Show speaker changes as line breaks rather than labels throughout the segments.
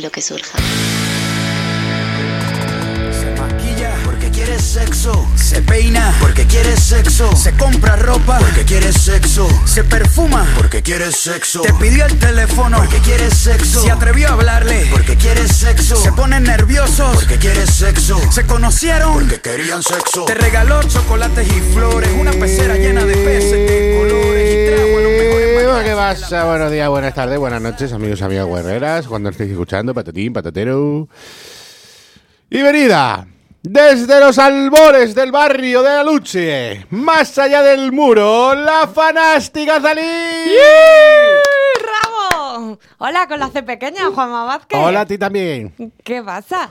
lo que surja.
Se maquilla porque quiere sexo. Se peina porque quiere sexo. Se compra ropa porque quiere sexo. Se perfuma porque quiere sexo. Te pidió el teléfono porque quiere sexo. Se atrevió a hablarle porque quiere sexo. Se ponen nerviosos porque quiere sexo. Se conocieron porque querían sexo. Te regaló chocolates y flores. Una pecera llena de peces de colores y trago a los mejores.
Eh, ¿Qué
mariachis de la-
pasa? Buenos días, buenas tardes, buenas noches, amigos, amigas guerreras. Cuando estéis escuchando, patatín, patatero. Y venida desde los albores del barrio de Aluche, más allá del muro, la fanástica Zalí.
¡Bravo! Hola, con la C pequeña, Juanma Vázquez.
Hola a ti también.
¿Qué pasa?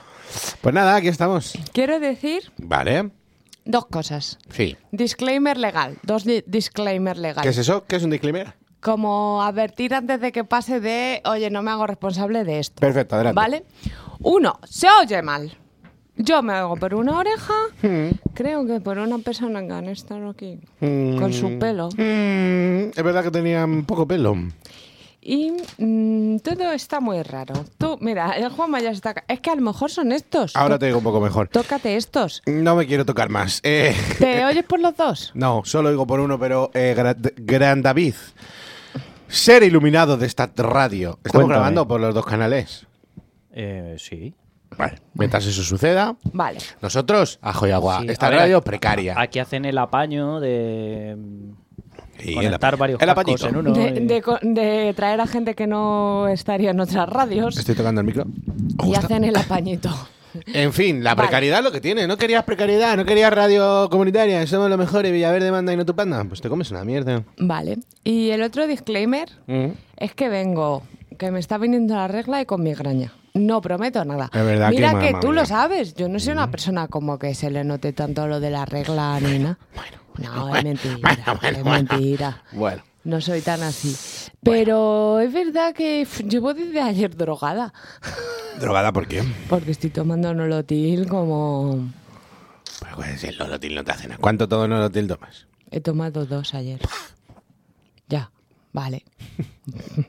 Pues nada, aquí estamos.
Quiero decir
Vale,
dos cosas.
sí.
Disclaimer legal, dos di- disclaimer legal.
¿Qué es eso? ¿Qué es un disclaimer?
Como advertir antes de que pase de, oye, no me hago responsable de esto.
Perfecto, adelante.
¿Vale? Uno, se oye mal. Yo me hago por una oreja,
Mm.
creo que por una persona que han estado aquí con su pelo.
Mm, es verdad que tenían poco pelo.
Y mm, todo está muy raro. Tú, mira, el Juanma ya está... ca- Es que a lo mejor son estos.
Ahora
Tó-
te digo un poco mejor.
Tócate estos.
No me quiero tocar más. Eh,
¿Te oyes por los dos?
No, solo digo por uno, pero eh, gra- Gran David. Ser iluminado de esta radio. Estamos
Cuéntame.
grabando por los dos canales.
Eh, sí.
Vale. Mientras eso suceda,
Vale.
nosotros, ajo y agua.
Sí,
esta
a ver,
radio
aquí-
precaria.
Aquí hacen el apaño de mm,
Y el
conectar
apa-
varios
el
cascos
apañito.
en uno. eh,
De,
y-
de co- de traer a gente que no estaría en otras radios
Estoy tocando el micro.
y
Este, Justo.
hacen el apañito.
En fin, la
Vale.
precariedad es lo que tiene. No querías precariedad, no querías radio comunitaria. Somos los mejores, Villaverde manda y no tu panda. Pues te comes una mierda.
Vale. Y el otro disclaimer
Mm.
es que vengo, que me está viniendo la regla y con migraña. No prometo nada.
Es verdad que
Mira
mamá
que, tú
mía. Mm.
lo sabes. Yo no soy una persona como que se le note tanto lo de la regla ni nada. no, es mentira.
bueno,
es
bueno.
mentira.
Bueno.
No soy tan así. Pero es verdad que pf, llevo desde ayer drogada.
¿Drogada por qué?
Porque estoy tomando nolotil como...
Pues, pues el Nolotil no te hace nada. ¿Cuánto todo Nolotil tomas?
He tomado dos ayer. Ya, vale.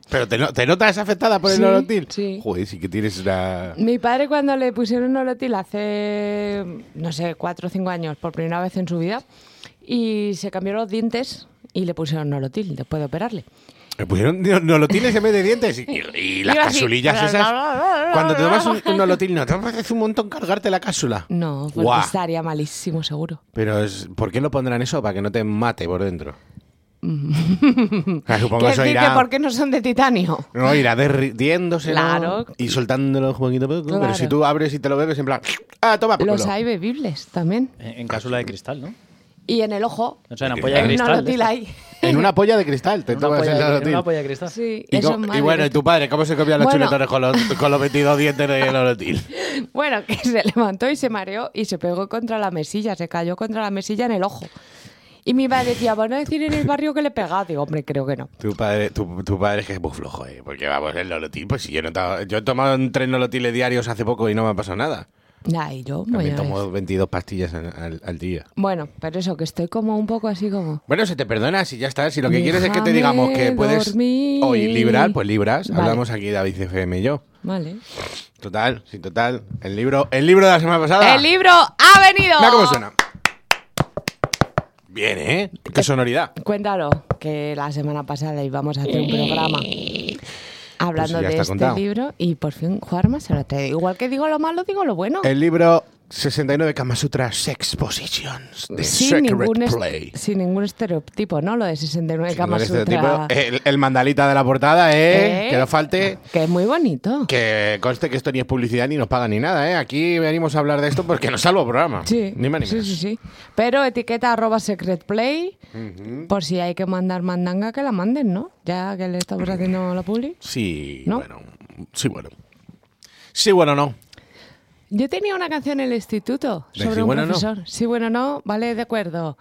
¿Pero te, no- te notas afectada por el
Sí,
Nolotil?
sí.
Joder, sí que tienes una...
Mi padre cuando le pusieron Nolotil hace, no sé, cuatro o cinco años, por primera vez en su vida, y se cambiaron los dientes y le pusieron Nolotil después de operarle.
Me pusieron no- nolotiles en vez de dientes y, y- y las
Iba así.
casulillas esas. Cuando te tomas un, un nolotil, no te apetece un montón cargarte la cápsula.
No, porque
Guau.
estaría malísimo seguro.
Pero es, ¿por qué lo pondrán eso? Para que no te mate por dentro. Ah, Supongo
Quiero
eso
decir que
irá,
porque no son de titanio.
no, irá derritiéndose ¿no?
Claro.
y soltándolo poquito a poco. Pero
Claro.
si tú abres y te lo bebes, en plan, ah, toma, por
Los
culo.
hay bebibles también.
En, en cápsula de cristal, ¿no?
Y en el ojo,
O sea, en
Sí,
ampolla de
el
cristal. de
Nolotil
estas.
hay.
En una polla de cristal te
En una
tomas
ampolla
el
de- en
nolotil.
una ampolla de cristal.
Sí,
Y,
eso
co-
es
y
madre
bueno,
que-
¿y tu padre cómo se comía los
Bueno.
chuletones con los, con los 22 dientes de nolotil?
Bueno, que se levantó y se mareó y se pegó contra la mesilla, se cayó contra la mesilla en el ojo. Y mi padre decía, van a decir en el barrio que le he pegado. Digo, hombre, creo que no.
Tu padre, tu, tu padre es que es muy flojo, ¿eh? Porque vamos, el nolotil, pues si yo no estaba- Yo he tomado tres nolotiles diarios hace poco y no me ha pasado nada.
Nah, y yo,
También
bueno, es-
tomo 22 pastillas al, al- al día.
bueno, pero eso, que estoy como un poco así como...
Bueno, se te perdona si ya está. Si lo que quieres es que te
Déjame
digamos que puedes
dormir.
hoy librar, pues libras.
Vale.
Hablamos aquí David FM y yo.
Vale.
Total, sí, total. El libro, el libro de la semana pasada.
¡El libro ha venido!
Ah. Mira cómo suena. Bien, ¿eh? Qué sonoridad.
Cuéntalo, que la semana pasada íbamos a hacer un programa hablando
Pues ya
de
está
este
contado.
libro y por fin Juanma se lo trae. Igual que digo lo malo, digo lo bueno.
El libro 69 Kama Sutra Sex Positions. The
sin
Secret
ningún, est-
Play.
sin ningún estereotipo, ¿no? Lo de 69
No
Kama
eres de este tipo-
Sutra.
el, el mandalita de la portada, ¿eh?
¿Eh?
Que no falte.
Que es muy bonito.
Que conste que esto ni es publicidad ni nos paga ni nada, ¿eh? Aquí venimos a hablar de esto porque nos salvo programa.
Sí.
Ni más ni
sí,
menos.
sí, sí. Pero etiqueta arroba secretplay, por si hay que mandar mandanga, que la manden, ¿no? Ya que le estamos haciendo la publi.
Sí,
¿No?
bueno. Sí, bueno. Sí, bueno, no.
Yo tenía una canción en el instituto
¿De
sobre
sí,
un
bueno, no?
profesor. Sí, bueno, no, vale, de acuerdo.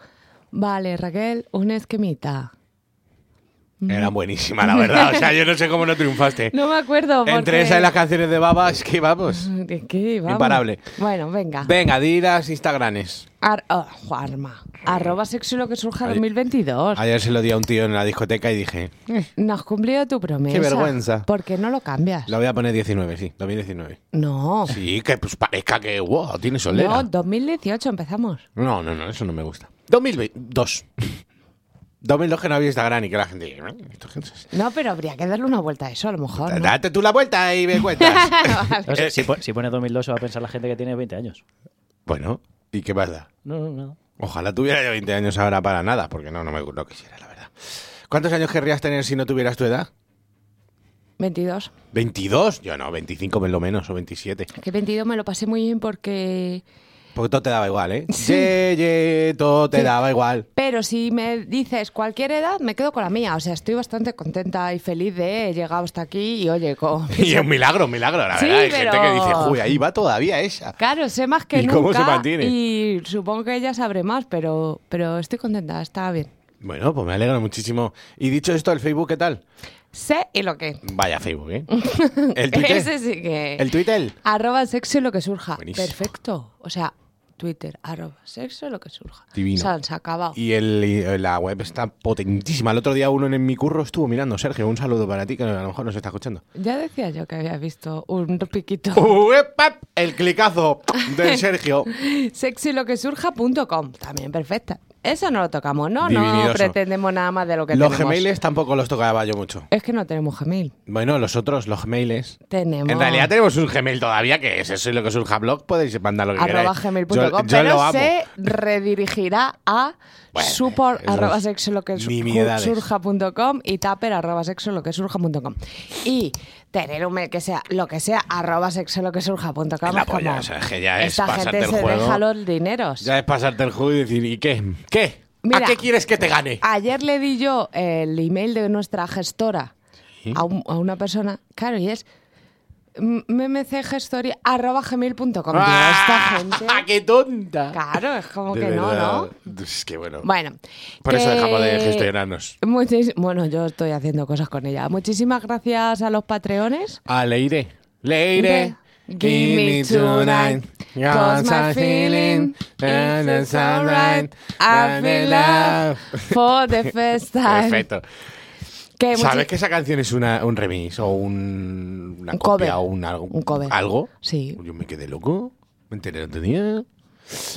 Vale, Raquel, un esquemita.
Era buenísima, la verdad. O sea, yo no sé cómo no triunfaste.
Mm. No me acuerdo. Porque...
Entre esa y las canciones de Baba, es que vamos.
¿Qué? Vamos.
Imparable.
Bueno, venga.
Venga, di las Instagrames.
Ar- oh, Juanma. Arroba sexo y lo que surja 2022.
Ayer se lo di a un tío en la discoteca y dije,
No has cumplido tu promesa.
Qué vergüenza.
¿Por qué no lo cambias?
la voy a poner 19, sí, 2019.
No.
Sí, que pues parezca que, wow, tiene
no,
solera.
2018 empezamos.
No, no, no, eso no me gusta. 2002. 2002 que no había Instagram y que la gente... "Eh, esta gente es-".
No, pero habría que darle una vuelta a eso, a lo mejor. Ah, ¿no?
Date tú la vuelta y me cuentas.
No sé,
Eh,
si, pone, si pone 2002 se va a pensar la gente que tiene 20 años.
bueno, ¿y qué pasa?
No, no, no.
Ojalá tuviera yo 20 años ahora para nada, porque no, no me lo quisiera, la verdad. ¿Cuántos años querrías tener si no tuvieras tu edad?
22.
¿22? Yo no, 25 por lo menos, o 27.
Que 22 me lo pasé muy bien porque...
Porque todo te daba igual, ¿eh? Ye, ye, todo te daba igual.
Pero si me dices cualquier edad, me quedo con la mía. O sea, estoy bastante contenta y feliz de he llegado hasta aquí y oye, con...
Y es un milagro, un milagro, la
Sí,
verdad. Hay gente
pero-
que dice, uy, ahí va todavía esa.
Claro, sé más que
¿Y
nunca.
cómo se mantiene?
Y supongo que ella sabré más, pero, pero estoy contenta, está bien.
Bueno, pues me alegro muchísimo. Y dicho esto, ¿el Facebook qué tal?
Sé y lo que.
Vaya Facebook, ¿eh? ¿El
Ese
Twitter?
sí que.
¿El Twitter?
Arroba sexo y lo que surja.
Buenísimo.
Perfecto. O sea, Twitter, arroba sexo y lo que surja.
Divino.
O sea, se ha acabado.
Y, el, y la web está potentísima. El otro día uno en mi curro estuvo mirando. Sergio, un saludo para ti, que a lo mejor nos está escuchando.
Ya decía yo que había visto un piquito.
Oh. ¡Uepap! El clicazo del Sergio.
Sexy lo que surja.com. También perfecta. Eso no lo tocamos, ¿no?
Divinoso.
No pretendemos nada más de lo que
Los
tenemos.
gemailes tampoco los tocaba yo mucho.
Es que no tenemos Gmail.
Bueno, los otros, los gemailes.
Tenemos.
En realidad tenemos un Gmail todavía, que es eso y lo que surja blog, podéis mandar lo que
arroba
queráis.
gmail.com,
Yo, yo
pero
lo amo.
se redirigirá a
Bueno,
support
esas
arroba sexo lo que su-
nimiedades.
surja.com y tupper arroba sexo lo que surja.com y tener un mail que sea lo que sea arroba sexo lo que surja.com
Es la
es como,
polla, o sea, es que ya es
esta
pasarte
gente
el
se
juego.
deja los dineros
Ya es pasarte el juego y decir, ¿y qué? ¿Qué? ¿A
Mira. Ah,
qué quieres que te gane?
ayer le di yo el email de nuestra gestora a, un- a una persona claro y es mmm, mmcgestoria arroba gmail.com Digo,
¡Ah!
esta gente
¡Qué tonta!
claro es como
De
que no no
verdad. Es que bueno.
Bueno.
Por eso
que-
dejamos de gestionarnos.
Muchis- Bueno, yo estoy haciendo cosas con ella. Muchísimas gracias a los patreones.
A Ah, Leire. Leire.
Give me tonight, 'cause my feeling
and it's
is alright. I
and
feel
in
love
love.
for the first time.
Perfecto.
Que muchi-
¿Sabes que esa canción es una, un remix o un, una
Un
copia
cover.
o un algo?
Un cover.
¿Algo?
Sí.
Yo me quedé loco. Me enteré el otro día.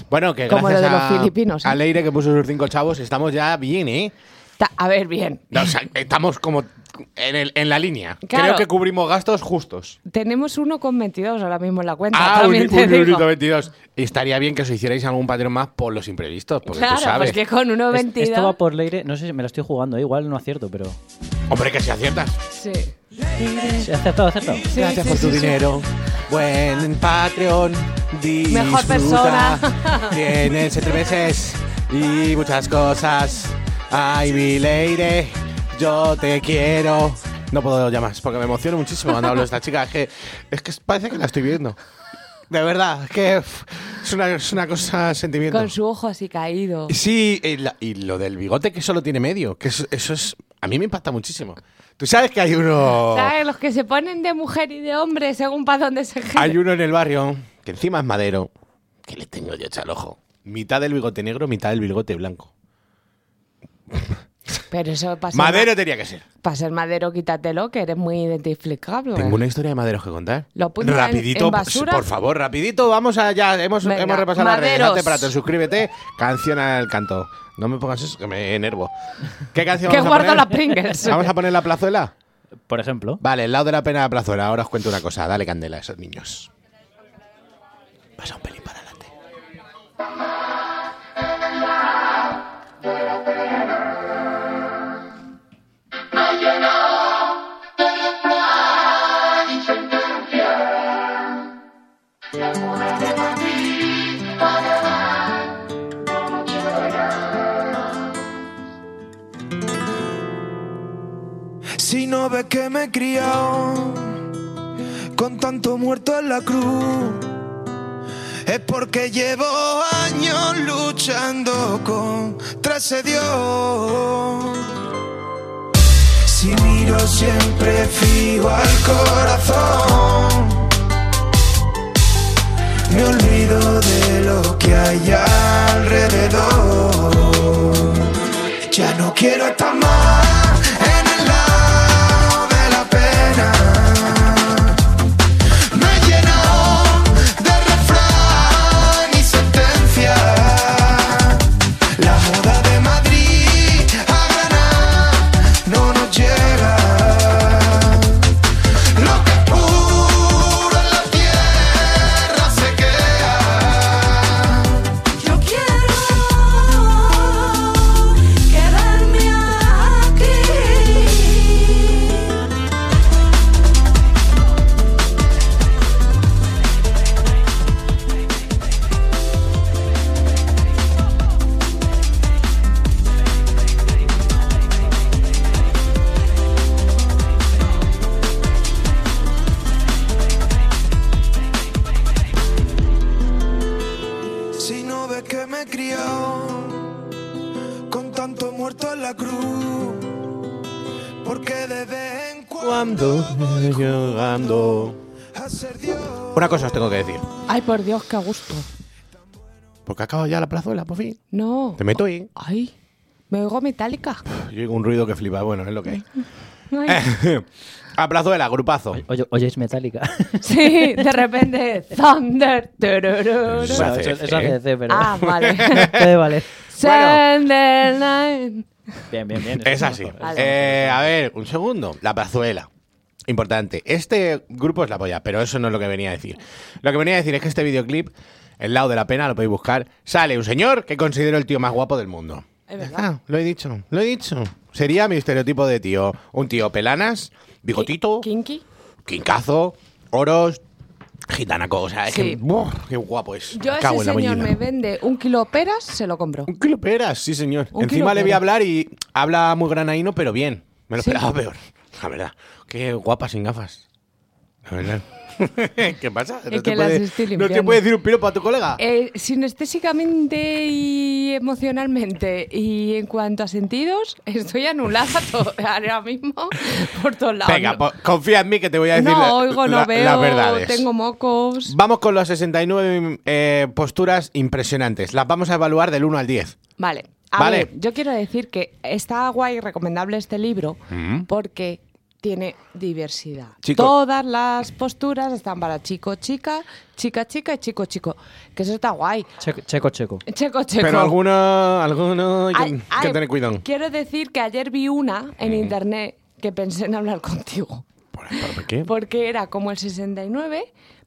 Bueno, que
Como
gracias
lo de los
a,
filipinos, ¿eh?
a Leire que puso sus cinco chavos, estamos ya bien, ¿eh?
Ta- A ver, bien.
No, o sea, estamos como en, el- en la línea. Creo
Claro.
que cubrimos gastos justos.
Tenemos uno con 22 ahora mismo en la cuenta.
Ah, un,
también te
un
digo.
eurito 22. Y estaría bien que os hicierais algún patrón más por los imprevistos, porque
Claro,
tú sabes.
pues que con
Es-
1,22.
Esto va por Leire, no sé si me la estoy jugando, eh, igual no acierto, pero.
Hombre, que si aciertas.
Sí.
Sí, Acertado, acertado.
Sí, sí, sí, sí.
dinero. Buen Patreon.
Mejor persona.
Tienes entre meses y muchas cosas. Ay, mi Leire, yo te quiero. No puedo ya más, porque me emociono muchísimo cuando hablo de esta chica. Es que, es que parece que la estoy viendo. De verdad, es que uf, es una, es una cosa sentimiento.
Con su ojo así caído.
Y Sí, y, la- y lo del bigote que solo tiene medio, que eso, eso es... A mí me impacta muchísimo. Tú sabes que hay uno...
¿Sabes? Los que se ponen de mujer y de hombre según para dónde se gira.
Hay uno en el barrio, que encima es madero, que le tengo yo hecho al ojo. Mitad del bigote negro, mitad del bigote blanco.
Pero eso para ser,
Madero tenía que ser.
ma- para ser madero, quítatelo, que eres muy identificable.
Tengo una historia de maderos que contar.
Lo apunto en-
rapidito, pues,
en basura.
por favor, rapidito, vamos allá. Hemos,
Venga,
hemos repasado las redes.
maderos.
Date Prato, suscríbete. Canción al canto. No me pongas eso, que me enervo. ¿Qué canción
Que
vamos a
guardo
poner?
las Pringles.
¿Vamos a poner la plazuela?
Por ejemplo.
Vale, el lado de la pena de la plazuela. Ahora os cuento una cosa. Dale candela a esos niños. Pasa un pelín para adelante.
Si no ves que me he criado con tanto muerto en la cruz, es porque llevo años luchando contra ese Dios. Si miro siempre fijo al corazón. Me olvido de lo que hay alrededor. Ya no quiero estar más en el lado de la pena. Me he llenado de refrán y sentencia. La moda de Madrid a Granada no nos llega. Lo que es puro en la tierra se queda.
Yo quiero quedarme aquí.
Si no ves que me crió con tanto muerto en la cruz, porque de vez en cuando a ser Dios.
Una cosa os tengo que decir.
Ay, por Dios, qué gusto.
Porque acabo ya la plazuela, por fin.
No.
Te meto ahí.
Ay, me oigo metálica.
Yo oigo un ruido que flipa. Bueno, es lo que es.
Ay.
Eh. a plazuela, grupazo.
Oye, oye, es metálica.
Sí, de repente. Thunder. turururu.
Es
Bueno,
ACC,
eso, eso hace C, pero.
Ah, vale.
Puede valer.
Sunday night.
Bien, bien, bien.
Es
eso
así.
mejor, eso
Eh, a ver, un segundo. La plazuela. Importante. Este grupo es la polla, pero eso no es lo que venía a decir. Lo que venía a decir es que este videoclip, El lado de la pena, lo podéis buscar. Sale un señor que considero el tío más guapo del mundo.
Es verdad.
Ah, lo he dicho, lo he dicho. Sería mi estereotipo de tío. Un tío pelanas, bigotito,
Kinky.
quincazo, oros, gitanaco. O sea, es
Sí.
que. ¡buah! ¡Qué guapo es!
Yo a
Cago
ese
en la
señor
ballena.
me vende un kilo de peras, se lo compro.
Un kilo peras, sí, señor.
Un
Encima
kilo
le vi
peras.
hablar y habla muy granaíno, pero bien. Me lo
Sí.
esperaba peor. La verdad. Qué guapa sin gafas. La verdad. ¿Qué pasa?
Es que las estoy
no te
limpiando.
puede decir un piropo a tu colega.
Eh, sinestésicamente y emocionalmente y en cuanto a sentidos, estoy anulada to- ahora mismo por todos lados.
Venga,
No-
po- confía en mí que te voy a decir
no
la-
oigo, no
la-
veo,
las verdades.
tengo mocos.
Vamos con las 69 eh, posturas impresionantes. Las vamos a evaluar del 1 al 10.
Vale. A
Vale.
ver, yo quiero decir que está guay y recomendable este libro porque tiene diversidad.
Mm. Chico.
Todas las posturas están para chico, chica, chica, chica y chico, chico. Que eso está guay.
Checo, checo, checo.
Checo, checo.
Pero alguno, alguno hay que,
Ay,
que
ay,
tener cuidado.
Quiero decir que ayer vi una en internet que pensé en hablar contigo.
¿Por, por qué?
Porque era como el 69,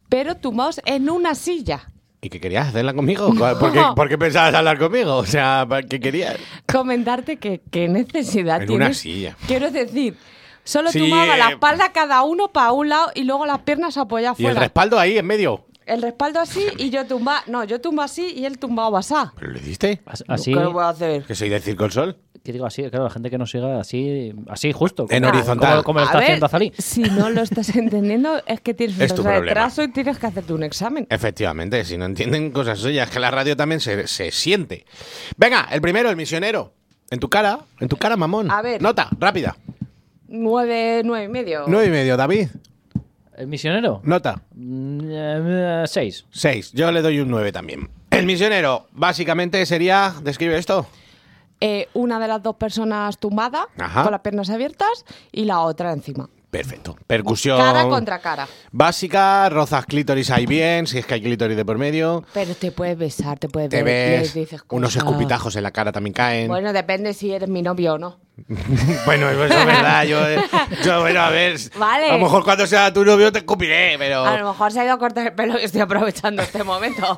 pero tumbados en una silla.
¿Y qué querías hacerla conmigo? ¿Por qué, por qué pensabas hablar conmigo? O sea, ¿para ¿qué querías?
Comentarte que qué necesidad
En
tienes.
una silla.
Quiero decir, solo
Sí,
tumbaba la
eh,
espalda cada uno para un lado y luego las piernas apoyadas
Y el
fuera.
respaldo ahí en medio.
El respaldo así y yo tumbaba. No, yo tumbaba así y él tumbaba basá.
¿Pero le diste?
As- Así,
¿Qué voy a hacer?
Que soy del Circo del Sol.
que digo así, claro, la gente que nos siga así, así justo.
En
como-
horizontal.
Como, como lo
A
está
ver,
haciendo Azalí.
Si no lo estás entendiendo, es que tienes
Es tu
un retraso
problema.
y tienes que hacerte un examen.
Efectivamente, si no entienden cosas suyas, que la radio también se, se siente. Venga, el primero, el misionero. En tu cara, en tu cara, mamón.
A ver.
Nota, rápida.
Nueve, nueve y medio.
Nueve y medio, David.
¿El misionero?
Nota.
Mm, eh, seis.
6. Yo le doy un 9 también. El misionero, básicamente sería. Describe esto.
Eh, una de las dos personas tumbada,
Ajá.
con las piernas abiertas, y la otra encima.
Perfecto. Percusión.
Cara contra cara.
Básica, rozas clítoris ahí bien, si es que hay clítoris de por medio.
Pero te puedes besar, te puedes
Te
ver,
ves.
les dices
Unos
cosas.
escupitajos en la cara también caen. Bueno,
Bueno, depende si eres mi novio o no.
eso es verdad. Yo, eh, yo, bueno, a ver.
Vale.
A lo mejor cuando sea tu novio te escupiré, pero.
A lo mejor se ha ido a cortar el pelo y estoy aprovechando este momento.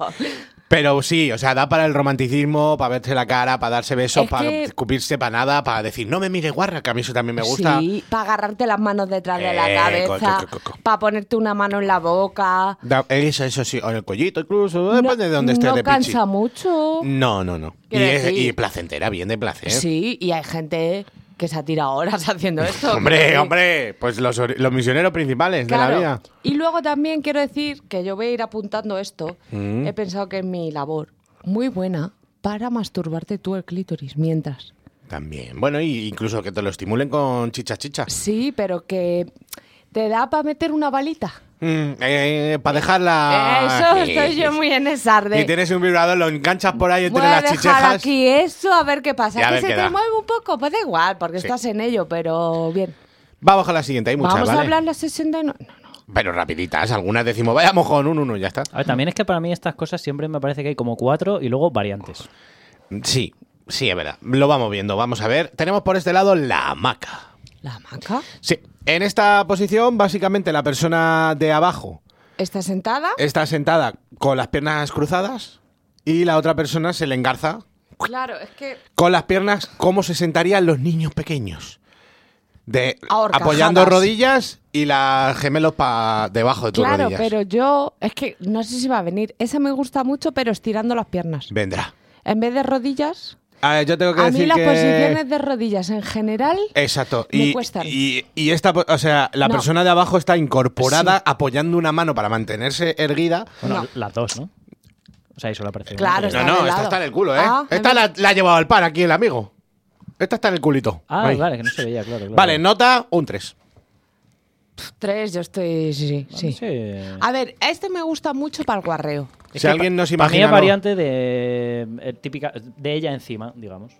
Pero sí, o sea, da para el romanticismo, para verse la cara, para darse besos,
Es
para
que-
escupirse para nada, para decir, no me mires guarra, que a mí eso también me gusta.
Sí, para agarrarte las manos detrás de la
Eh,
cabeza,
co- co- co- co.
para ponerte una mano en la boca.
Da- eso, eso sí, o en el cuellito incluso, depende de dónde estés
no
de pichi. Mm,
cansa mucho.
No, no, no. Y,
Quiero
es-
decir-
y placentera, bien de placer.
Sí, y hay gente que se ha tirado horas haciendo esto.
Hombre,
Sí.
hombre, pues los, ori- los misioneros principales de la
Claro.
vida.
Y luego también quiero decir que yo voy a ir apuntando esto.
Mm.
He pensado que es mi labor muy buena para masturbarte tú el clítoris mientras.
También. Bueno, y incluso que te lo estimulen con chicha chicha.
Sí, pero que te da para meter una balita.
para Mm, eh, dejarla.
Eso estoy yo muy en esa de.
Y tienes un vibrador, lo enganchas por ahí entre
Voy a
las
dejar
chichejas.
aquí eso, a ver qué pasa.
Y a
que
ver
se
qué
te
da.
mueve un poco, pues da igual, porque
Sí.
estás en ello, pero bien.
Vamos a la siguiente, hay muchas,
Vamos
¿vale?
a hablar las 69. No, no.
Pero rapiditas, algunas decimos, vaya mojón, un uno, ya está.
A ver, también es que para mí estas cosas siempre me parece que hay como cuatro y luego variantes.
Sí, sí, es verdad. Lo vamos viendo, vamos a ver. Tenemos por este lado la hamaca.
¿La hamaca?
Sí, en esta posición, básicamente la persona de abajo
¿Está sentada?
está sentada con las piernas cruzadas y la otra persona se le engarza
Claro, es que.
con las piernas como se sentarían los niños pequeños. De,
A horcajadas.
apoyando rodillas y las gemelos para debajo de tus
Claro,
rodillas.
pero yo. Es que no sé si va a venir. Esa me gusta mucho, pero estirando las piernas.
Vendrá.
En vez de rodillas.
A ver, yo tengo que
A
decir
mí las
que... Eh.
posiciones de rodillas en general.
Exacto.
me
Y,
cuestan.
y- y esta, po- o sea, la
No.
persona de abajo está incorporada apoyando una mano para mantenerse erguida.
Bueno,
No.
las dos, ¿no? O sea, eso la parece.
Claro,
No,
está
no,
de
esta
lado.
está en el culo, ¿eh?
Ah,
esta
en
la, la ha llevado al par aquí el amigo. Esta está en el culito.
Ah,
Ahí.
vale, que no se veía, claro. claro.
Vale, nota un 3.
Tres, yo estoy. Sí, sí.
Sí.
sí. A ver, este me gusta mucho para el guarreo.
Es
Si
que
alguien
pa-
nos
Para mí
imagina.
es
¿no?
variante de. eh, típica. de ella encima, digamos.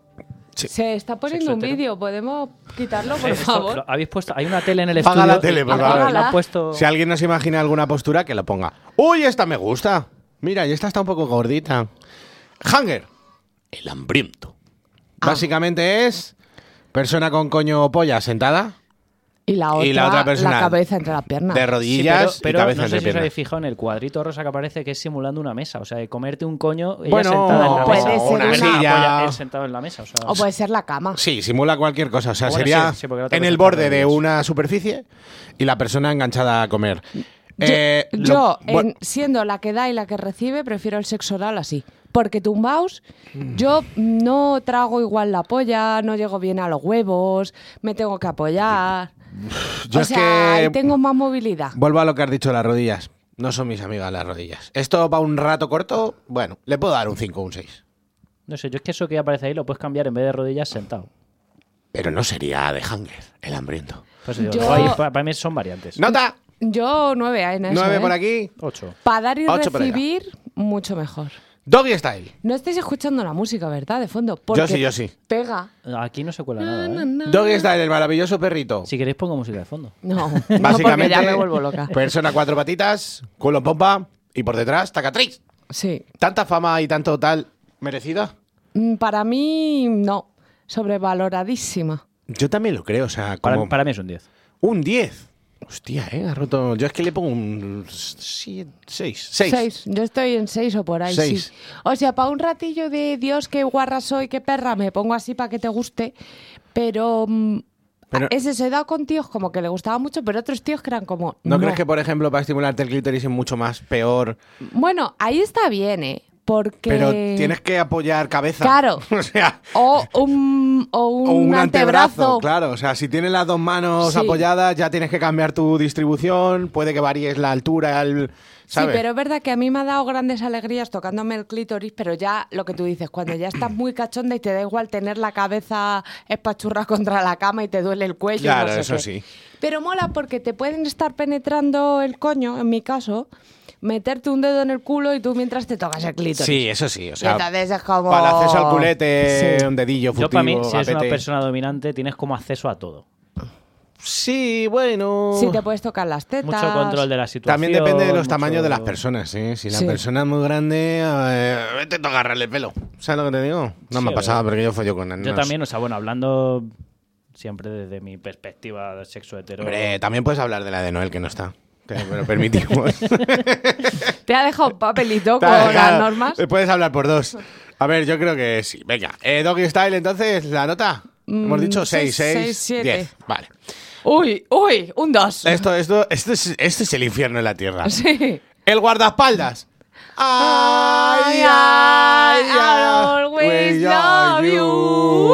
Sí.
Se está poniendo
Sexo
un
hetero.
vídeo, ¿podemos quitarlo,
Eh,
por
esto
favor?
lo habéis puesto. Hay una tele en el
Apaga
estudio.
la tele, por
y-
favor.
y la han puesto.
Si alguien nos imagina alguna postura, que la ponga. ¡Uy, esta me gusta! Mira, y esta está un poco gordita. Hanger. El hambriento. Básicamente es persona con coño o polla sentada,
Y la otra,
Y la otra persona
cabeza entre las piernas.
de
Sí,
rodillas
pero, pero
y cabeza
no sé
entre
si os
piernas.
habéis fijado en el cuadrito rosa que aparece que es simulando una mesa, o sea, de comerte un coño ella
Bueno,
sentada en la
puede
mesa.
ser
Una
una-
silla.
él sentado en la mesa, pues o pues sea,
O puede ser la cama.
Sí, simula cualquier cosa. O sea,
Bueno,
sería
sí, sí, porque la otra
en
cosa
el
está
borde de
rodillas.
una superficie y la persona enganchada a comer.
Yo,
Eh, lo-
yo, en-
bueno,
siendo la que da y la que recibe, prefiero el sexo oral así. Porque tumbaos,
Mm.
yo no trago igual la polla, no llego bien a los huevos, me tengo que apoyar.
Yo
o
es
sea,
que-
ahí tengo más movilidad.
Vuelvo a lo que has dicho, las rodillas. No son mis amigas las rodillas. Esto va un rato corto, bueno, le puedo dar un 5 o un 6.
no sé, yo es que eso que aparece ahí lo puedes cambiar en vez de rodillas sentado.
Pero no sería de Hunger, el hambriento.
Pues digo,
Yo-
"Ay, pa- para mí son variantes.
Nota,
Yo nueve hay en eso,
9
¿eh?
por aquí.
Ocho.
Para dar y
Ocho por allá.
recibir, mucho mejor.
Doggy Style.
No estáis escuchando la música, ¿verdad? De fondo. Porque
sí, yo sí.
Pega.
Aquí no se cuela
Na,
nada.
na,
¿eh?
na.
Doggy Style, el maravilloso perrito.
Si queréis pongo música de fondo.
No, no, porque
Básicamente, pues
ya me vuelvo loca.
persona cuatro patitas, culo en pompa y por detrás, tacatriz.
Sí.
Tanta fama y tanto tal merecida.
Mm, Para mí, no. Sobrevaloradísima.
Yo también lo creo, o sea,
Para,
como
para mí es un 10.
un 10. Hostia, ¿eh? Ha roto... Yo es que le pongo un 6. 6.
Seis. Yo estoy en seis o por ahí,
Seis.
sí. O sea, para un ratillo de Dios, qué guarra soy, qué perra, me pongo así para que te guste. Pero, mm,
Pero-
ese se da con tíos como que le gustaba mucho, pero otros tíos que eran como.
¿No, crees que, por ejemplo, para estimularte el clítoris es mucho más peor?
Bueno, ahí está bien, ¿eh? Porque.
Pero tienes que apoyar cabeza.
Claro.
o sea,
O un, o un,
o un antebrazo.
antebrazo.
Claro, o sea, si tienes las dos manos
Sí.
apoyadas, ya tienes que cambiar tu distribución, puede que varíes la altura, el... ¿sabes?
Sí, pero es verdad que a mí me ha dado grandes alegrías tocándome el clítoris, pero ya lo que tú dices, cuando ya estás muy cachonda y te da igual tener la cabeza espachurra contra la cama y te duele el cuello. y no
Claro,
sé
eso
qué.
sí.
Pero mola porque te pueden estar penetrando el coño, en mi caso, meterte un dedo en el culo y tú mientras te tocas el clítoris.
Sí, eso sí, o
Y
sea,
entonces es como...
para eh, el acceso al culete,
Sí.
un dedillo futivo,
Yo para mí, si eres una
gapete.
persona dominante, tienes como acceso a todo.
Sí, bueno...
Sí, te puedes tocar las tetas.
Mucho control de la situación.
También depende de los
mucho-
tamaños de las personas, ¿eh? Si la
Sí.
persona es muy grande, eh, vete a agarrarle el pelo. ¿Sabes lo que te digo? No me
Sí,
ha pasado
eh.
porque yo follo con
Yo
nenas.
también, o sea, bueno, hablando siempre desde mi perspectiva de sexo hetero.
Hombre, también puedes hablar de la de Noel que no está. Te lo permitimos.
Te ha dejado un papelito con
Claro,
las normas.
Puedes hablar por dos. A ver, yo creo que sí. Venga, eh, Doggy Style, entonces, ¿la nota? Hemos dicho
Mm, seis,
6, 6,
seis, siete.
10. Vale.
Uy, uy, un dos.
Esto, esto, esto, es, esto es el infierno en la tierra.
Sí.
El guardaespaldas. Ay,
Ay,
ay,
I always love you.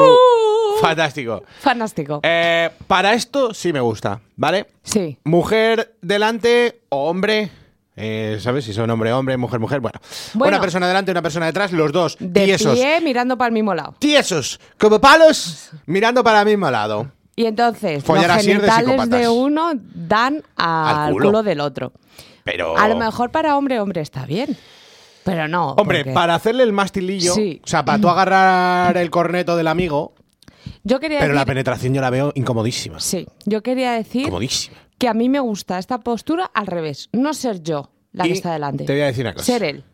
Uh.
Fantástico.
Fantástico.
Eh, para esto sí me gusta, ¿vale?
Sí.
Mujer delante o hombre Eh, ¿Sabes? Si son hombre, hombre, mujer, mujer. Bueno,
Bueno.
una persona delante, una persona detrás, los dos
De
tiesos.
pie mirando para el mismo lado.
Tiesos, como palos, mirando para el mismo lado.
Y entonces
Follar
los
así es de
genitales de,
psicópatas.
uno dan a-
Al
al
culo.
culo. del otro.
Pero.
A lo mejor para hombre hombre está bien, pero no.
Hombre,
porque-
para hacerle el mastilillo,
Sí.
o sea, para tú agarrar el corneto del amigo,
yo quería
pero la
decir-
penetración yo la veo incomodísima.
sí, yo quería decir
Incomodísima.
que a mí me gusta esta postura al revés, no ser yo la
Y
que está delante.
te voy a decir una cosa.
Ser él.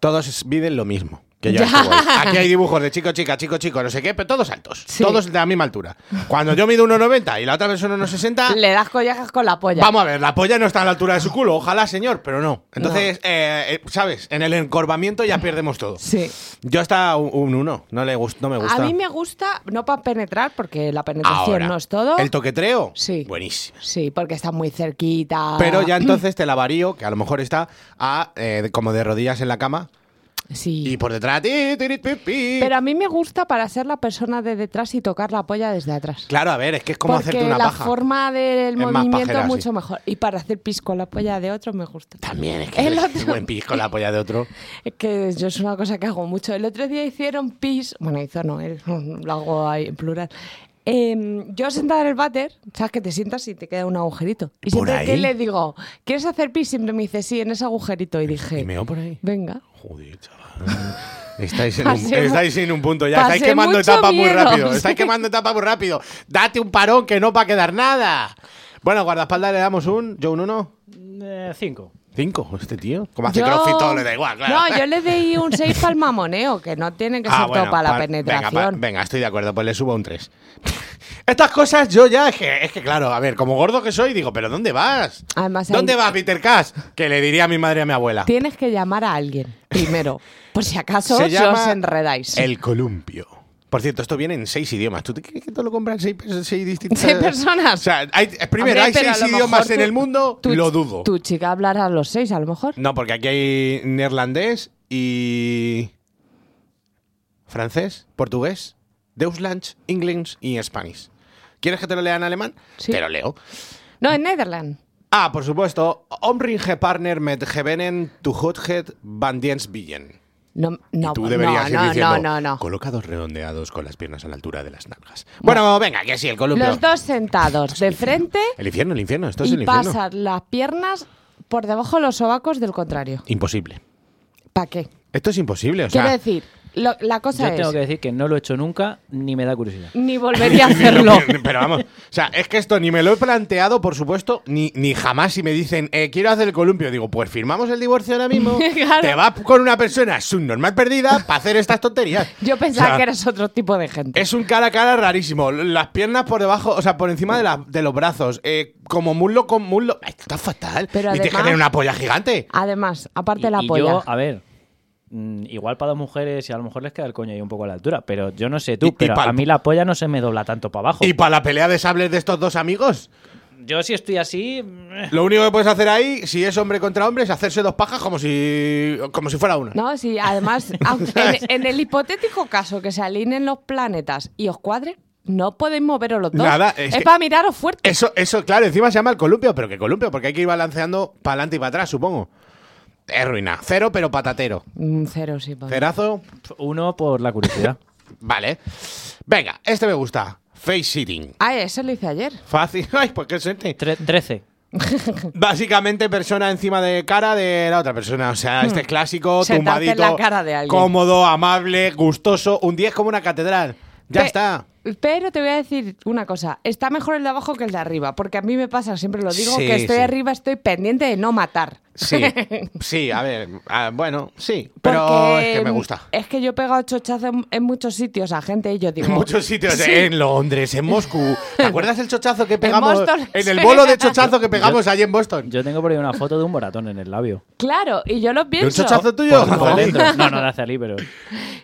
Todos piden lo mismo. Que yo a
Ya.
esto voy. Aquí hay dibujos de chico, chica, chico, chico, no sé qué, pero todos altos.
Sí.
Todos de la misma altura. Cuando yo mido 1,90 y la otra persona 1,60,
Le das collajas con la polla.
Ah. Vamos a ver, la polla no está a la altura de su culo, ojalá, señor, pero no. Entonces, eh, eh, ¿sabes? En el encorvamiento ya pierdemos todo.
Sí.
Yo hasta un 1, no, le gust- no me gusta.
A mí me gusta no para penetrar porque la penetración
Ahora,
no es todo.
El toquetreo,
Sí. Ah.
buenísimo.
Sí, porque está muy cerquita.
Pero ya entonces te la varío, que a lo mejor está a, eh, como de rodillas en la cama
sí.
y por detrás. ti, tiri, pi, pi.
Pero a mí me gusta para ser la persona de detrás y tocar la polla desde atrás.
claro, a ver, es que es como
Porque
hacerte una
la
paja.
forma del
más
movimiento
pajera,
es
sí.
mucho mejor. Y para hacer pis con la polla de otro me gusta.
También es que
El
es
otro-
buen pis con la polla de otro.
Es que yo es una cosa que hago mucho. El otro día hicieron pis. Bueno, hizo no, él, lo hago ahí en plural. Eh, yo sentada en el váter, sabes que te sientas y te queda un agujerito. Y
¿Por
siempre que
ahí?
le digo, ¿quieres hacer pis? Siempre me dice, sí, en ese agujerito. Y dije,
¿Y meo por ahí?
venga.
Joder, chaval. Estáis en, un,
Pasé mu-
estáis en un punto ya.
pasé
Estáis quemando
mucho
etapas muy
miedo.
rápido. Estáis quemando etapas muy rápido. Date un parón que no va a quedar nada. Bueno, guardaespaldas le damos un. Yo un uno.
Eh, cinco.
Cinco, este tío. Como hace
Yo-
crossfit todo, le da igual, claro.
No, yo le di un 6 para el mamoneo, ¿eh? que no tiene que
Ah,
ser
bueno,
todo para la
pa-
penetración.
Venga, pa- venga, estoy de acuerdo, pues le subo un 3. Estas cosas yo ya, es que, es que claro, a ver, como gordo que soy, digo, pero ¿dónde vas?
Además, ahí-
¿Dónde vas, Peter Cash? Que le diría a mi madre y a mi abuela.
Tienes que llamar a alguien primero, por si acaso
Se
si
llama
os enredáis.
El columpio. Por cierto, esto viene en seis idiomas. ¿Tú te crees que todo lo compran seis, pers- seis distintas?
¿Seis personas?
O sea, hay- primero,
Hombre,
hay
pero a
seis
lo
idiomas
mejor
en
tu-
el mundo,
tu-
lo dudo.
Tu chica hablará a los seis, a lo mejor.
No, porque aquí hay neerlandés y. francés, portugués, Deutschland, English y Spanish. ¿Quieres que te lo lea en alemán?
Sí.
Te lo leo.
No, en Netherlands.
Ah, por supuesto. Omringe Partner met Gebenen tu Hotget Bandiensbillen.
No, no,
y tú
no,
deberías
no,
ir diciendo,
no, no, no.
colocados redondeados con las piernas a la altura de las nalgas. Bueno, venga, que sí, el columpio.
Los dos sentados de frente
El infierno, el infierno, esto es el
y
infierno.
pasan las piernas por debajo de los sobacos del contrario.
Imposible.
¿Para qué?
Esto es imposible, o sea.
Quiero decir, lo- la cosa
Yo tengo
es,
que decir que no lo he hecho nunca ni me da curiosidad.
ni volvería a
ni
hacerlo.
lo pi- pero vamos, o sea, es que esto ni me lo he planteado, por supuesto, ni, ni jamás si me dicen, eh, quiero hacer el columpio, digo, pues firmamos el divorcio ahora mismo,
Claro.
te vas con una persona subnormal perdida para hacer estas tonterías.
Yo pensaba
O sea,
que eres otro tipo de gente.
Es un cara a cara rarísimo. Las piernas por debajo, o sea, por encima de, la- de los brazos. eh, como muslo con muslo. Ay, Está fatal.
Pero
y tienes que
además-
tener una polla gigante.
Además, aparte de la
y
polla.
yo, a ver, mm, igual para dos mujeres y a lo mejor les queda el coño ahí un poco a la altura, pero yo no sé tú,
Y- y
pero
pa'l-
a mí la polla no se me dobla tanto para abajo.
Y para la pelea de sables de estos dos amigos,
yo si estoy así... eh,
lo único que puedes hacer ahí, si es hombre contra hombre, es hacerse dos pajas como si, como si fuera una.
No, sí, además, aunque en, en el hipotético caso que se alineen los planetas y os cuadren, no podéis moveros los dos.
Nada, es que-
para miraros fuerte.
Eso, eso, claro, encima se llama el columpio, pero que columpio, porque hay que ir balanceando para adelante y para atrás, supongo. Es ruina. Cero, pero patatero.
Mm, Cero, sí, por-
Cerazo,
Uno por la curiosidad.
vale. Venga, este me gusta. Face sitting.
Ah, eso lo hice ayer.
Fácil. Ay, pues qué suerte.
Tre- trece.
Básicamente persona encima de cara de la otra persona. O sea, este es
Hmm.
clásico,
Sentarte en
tumbadito,
la cara de alguien.
cómodo, amable, gustoso. Un 10 como una catedral. Ya
Pe-
está.
Pero te voy a decir una cosa. Está mejor el de abajo que el de arriba. Porque a mí me pasa, siempre lo digo,
Sí,
que estoy
sí.
arriba, estoy pendiente de no matar.
Sí, sí, a ver. ah, bueno, sí. Pero
Porque,
es que me
mm,
gusta.
Es que yo he pegado chochazos en, en muchos sitios a gente y yo digo.
En muchos sitios, eh.
Sí.
en Londres, en Moscú. ¿Te acuerdas el chochazo que pegamos?
Boston,
En el
sí.
bolo de chochazo que pegamos allí en Boston.
Yo tengo por ahí una foto de un moratón en el labio.
Claro, y yo lo pienso.
un chochazo tuyo?
Por
Joder.
dentro. No, no de hacia allí, pero...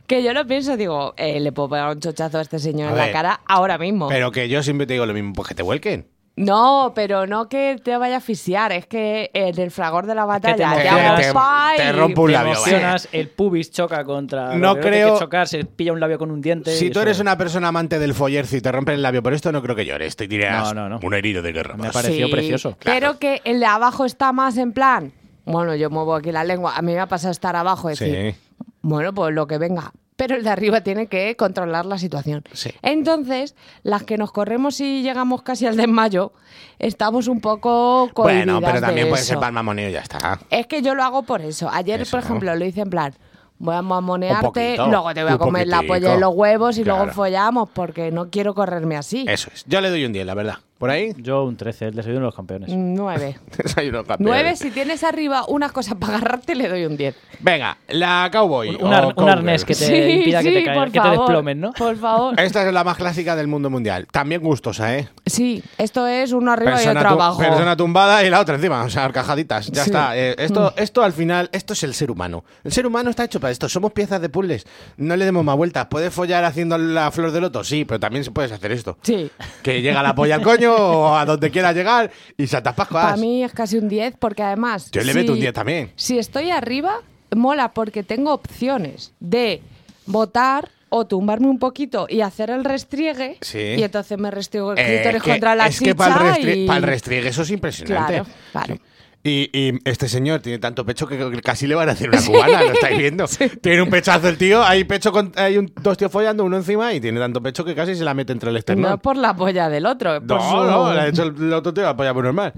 Que yo lo pienso, digo, eh, le puedo pegar un chochazo a este señor
A
en
ver.
la cara ahora mismo.
Pero que yo siempre te digo lo mismo, pues que te vuelquen.
No, pero no que te vaya a asfixiar, es que en el fragor de la
que te
batalla te,
emocionas.
hago
Te-
pa
te
y-
rompo un
Te
labio,
emocionas, el pubis choca contra...
No
lo primero que
creo-
hay que chocar, se pilla un labio con un diente... y
Si tú
eso-
eres una persona amante del follerzo y te rompen el labio por esto, no creo que llores. Te dirás
No, no, no.
un herido de guerra.
Me
más".
parece- pareció precioso.
Pero que el de abajo está más en plan, Bueno, yo muevo aquí la lengua. A mí me ha pasado estar abajo y decir, bueno, pues lo que venga. Pero el de arriba tiene que controlar la situación.
Sí.
Entonces, las que nos corremos y llegamos casi al desmayo, estamos un poco cohibidas
Bueno, pero
de
también puede ser
eso.
para el mamoneo y ya está.
Es que yo lo hago por eso. Ayer,
Eso,
por
¿no?
ejemplo, lo hice en plan, voy a mamonearte,
poquito,
luego te voy a
un
comer la
poquitico.
polla y los huevos y luego
Claro.
follamos porque no quiero correrme así.
Eso es. Yo le doy un 10, la verdad. ¿Por ahí?
Yo un 13, el desayuno de los campeones.
Nueve.
Soy unos campeones.
Nueve, si tienes arriba unas cosas para agarrarte, le doy un diez.
Venga, la cowboy.
Un, un
o
ar- un
cowgirl.
arnés que te impida que te, caiga-
por
que te
favor,
desplomen, ¿no?
Por favor.
Esta es la más clásica del mundo mundial. También gustosa, ¿eh?
Sí, esto es uno arriba y
tu-
otro abajo.
persona tumbada y la otra encima, o sea, arcajaditas. Ya
Sí. Mm.
está. Eh, esto, esto al final, esto es el ser humano. El ser humano está hecho para esto. Somos piezas de puzzles. No le demos más vueltas. Puedes follar haciendo la flor de loto, sí, pero también se puedes hacer esto.
Sí.
Que llega la polla al coño o a donde quiera llegar y Santas Pascuas.
Para mí es casi un 10 porque además...
Yo le meto un 10 también.
Si estoy arriba, mola porque tengo opciones de votar o tumbarme un poquito y hacer el restriegue
Sí.
y entonces me restriego el
Eh,
clítoris
es que-
contra la
es que para el,
chicha
restri-
y-
para el restriegue eso es impresionante.
Claro, claro.
Sí. Y, y este señor tiene tanto pecho que creo que casi le van a hacer una cubana, lo estáis viendo. Tiene un pechazo el tío, hay pecho con- hay un, dos tíos follando, uno encima, y tiene tanto pecho que casi se la mete entre el esternón.
No por la polla del otro, es por
no,
su-
no, le ha hecho el, el otro tío la polla por normal.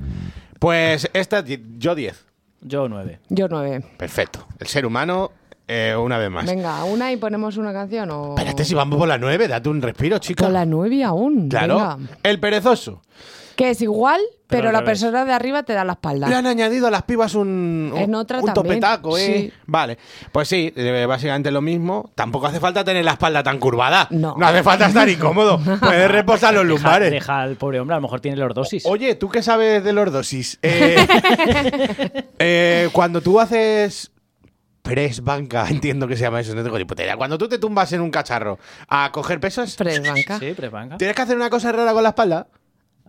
Pues esta, di- yo 10.
Yo 9.
Yo nueve.
Perfecto. El ser humano, eh, una vez más. este
Venga, una y ponemos una canción o...
Espérate, si vamos por la 9, date un respiro, chica.
Con la nueve aún.
claro.
venga.
El perezoso.
Que es igual, pero,
Pero al
la
revés.
persona de arriba te da la espalda.
Le han añadido a las pibas un, un,
En otra
un
también,
topetaco, ¿eh?
sí.
Vale. Pues sí, eh, básicamente lo mismo. Tampoco hace falta tener la espalda tan curvada.
No.
hace falta estar incómodo. Puedes reposar los
Deja-
lumbares.
Deja al pobre hombre, a lo mejor tiene los dosis.
Oye, ¿tú qué sabes de lordosis? Eh, eh, cuando tú haces press banca, entiendo que se llama eso, no tengo ni puta idea. Cuando tú te tumbas en un cacharro a coger pesas,
Fred Banca.
Sí, prebanca.
¿tienes que hacer una cosa rara con la espalda?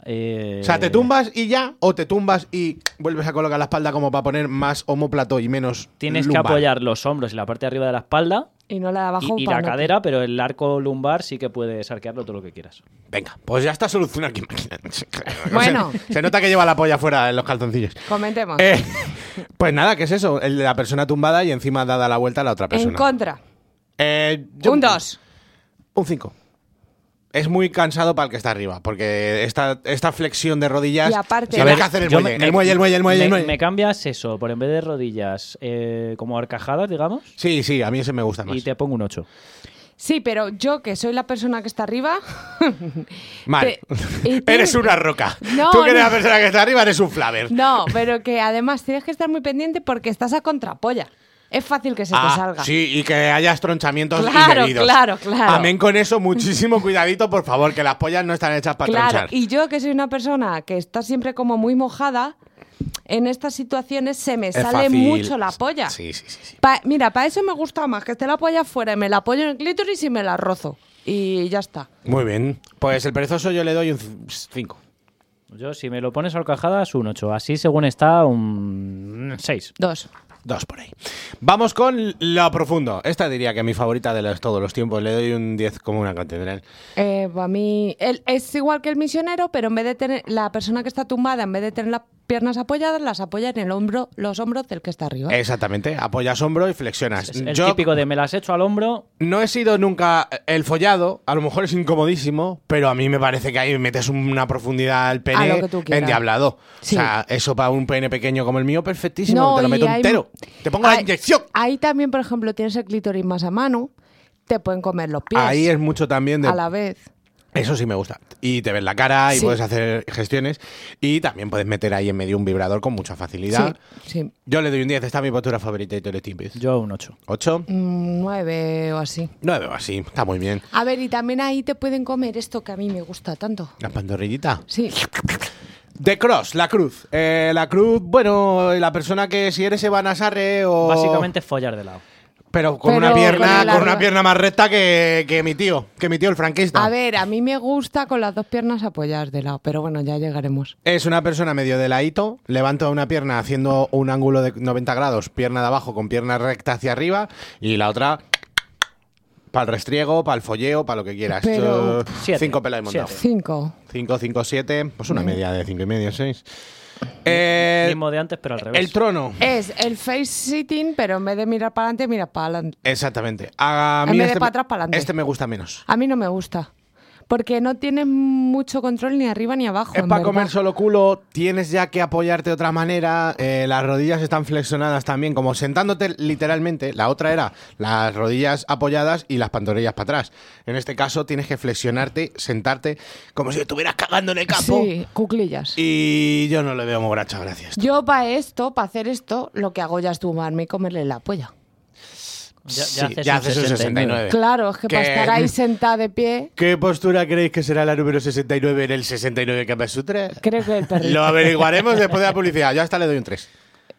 Eh,
O sea, te tumbas y ya, o te tumbas y vuelves a colocar la espalda como para poner más homóplato y menos.
Tienes que
lumbar.
apoyar los hombros y la parte de arriba de la espalda
Y no la de abajo
y, y
para
la
no-
cadera, pero el arco lumbar sí que puedes arquearlo todo lo que quieras.
Venga, pues ya está solucionado aquí. máquina.
Bueno. Ah.
Se, se nota que lleva la polla fuera en los calzoncillos.
Comentemos.
Eh, pues nada, ¿qué es eso? El de la persona tumbada y encima dada la vuelta a la otra
en
persona.
contra.
Eh, yo-
Un 2.
Un 5. Es muy cansado para el que está arriba, porque esta, esta flexión de rodillas.
Y aparte-
tienes
A ver,
que hacer el
Yo
muelle,
me-
el muelle, el muelle, el muelle,
me,
el muelle.
me cambias eso, por en vez de rodillas, eh, como arcajadas, digamos,
Sí, sí, a mí ese me gusta más.
y te pongo un 8.
Sí, pero yo que soy la persona que está arriba.
Mal.
te- y
eres
tienes-
una roca.
No,
Tú que eres
no.
la persona que está arriba, eres un flaver.
No, pero que además tienes que estar muy pendiente porque estás a contrapolla. Es fácil que se
Ah,
te salga.
Sí, y que haya estronchamientos y
Claro,
bebidos.
claro, claro.
Amén con eso, muchísimo cuidadito, por favor, que las pollas no están hechas para
claro.
tronchar.
Y yo que soy una persona que está siempre como muy mojada, en estas situaciones se me
Es
sale
fácil.
mucho la polla.
Sí, sí, sí. sí.
Pa- mira, para eso me gusta más que esté la polla afuera y me la apoyo en el clítoris y me la rozo. Y ya está.
Muy bien. Pues el perezoso yo le doy un 5.
Yo, si me lo pones arcajadas, un 8. Así, según está, un 6.
Dos.
Dos por ahí. Vamos con lo profundo. Esta diría que mi favorita de los, todos los tiempos. Le doy un 10 como una catedral.
Eh, a mí el- es igual que el misionero, pero en vez de tener la persona que está tumbada, en vez de tener las piernas apoyadas, las apoya en el hombro, los hombros del que está
¿Ah?
arriba.
Exactamente. Apoyas hombro y flexionas.
Es el
Pues Yo
típico de me las echo al hombro.
no he sido nunca el follado. A lo mejor es incomodísimo, pero a mí me parece que ahí metes una profundidad al
A
pene
lo que tú quieras.
endiablado.
Sí.
O sea, eso para un pene pequeño como el mío, perfectísimo. te lo
y
meto
hay-
entero. Te pongo la
ahí-
inyección.
Ahí también, por ejemplo, tienes el clítoris más a mano, te pueden comer los pies
Ahí es mucho también de
a la vez.
Eso sí me gusta. Y te ves la cara y
Sí.
puedes hacer gestiones. Y también puedes meter ahí en medio un vibrador con mucha facilidad.
Sí, sí.
Yo le doy un 10. Esta es mi postura favorita de Teletipis.
Yo, un 8.
8,
Mm, nueve o así.
9 o así. Está muy bien.
A ver, y también ahí te pueden comer esto que a mí me gusta tanto.
La pantorrillita.
Sí.
The Cross, la cruz. Eh, la cruz, bueno, la persona que si eres Evan Asarre o...
Básicamente es follar de lado.
Pero con
Pero
una
con
pierna,
el
con, una
arma.
pierna más recta que, que mi tío. Que mi tío el franquista.
A ver, a mí me gusta con las dos piernas apoyadas de lado, pero bueno, ya llegaremos.
Es una persona medio de ladito, levanta una pierna haciendo un ángulo de 90 grados, pierna de abajo con pierna recta hacia arriba y la otra para el restriego, para el folleo, para lo que quieras.
Pero-
Yo,
Siete.
cinco pelas y montado.
Siete.
Cinco.
Cinco, cinco, siete, pues una media de cinco y medio, seis. Eh,
Mismo de antes, pero al revés.
el trono.
Es el face sitting, pero en vez de mirar para adelante, mira para adelante.
Exactamente. A
En
mí
vez de
este,
pa' atrás, pa'lante.
este me gusta menos.
A mí no me gusta. Porque no tienes mucho control ni arriba ni abajo.
Es
en
para
verdad.
comer solo culo, tienes ya que apoyarte de otra manera, eh, las rodillas están flexionadas también, como sentándote literalmente. La otra era las rodillas apoyadas y las pantorrillas para atrás. En este caso tienes que flexionarte, sentarte, como si estuvieras cagando en el campo.
Sí, cuclillas.
Y yo no le veo mogracha, gracias.
Yo para esto, para hacer esto, lo que hago ya es tumarme y comerle la polla.
Ya, ya
Sí,
haces
ya
un
haces un 69.
Claro, es que para
Que-
estar ahí sentada de pie,
¿Qué postura creéis que será la número 69 en el 69 Kama Sutra?
creo que el perrito.
Lo averiguaremos después de la publicidad. Yo hasta le doy un 3.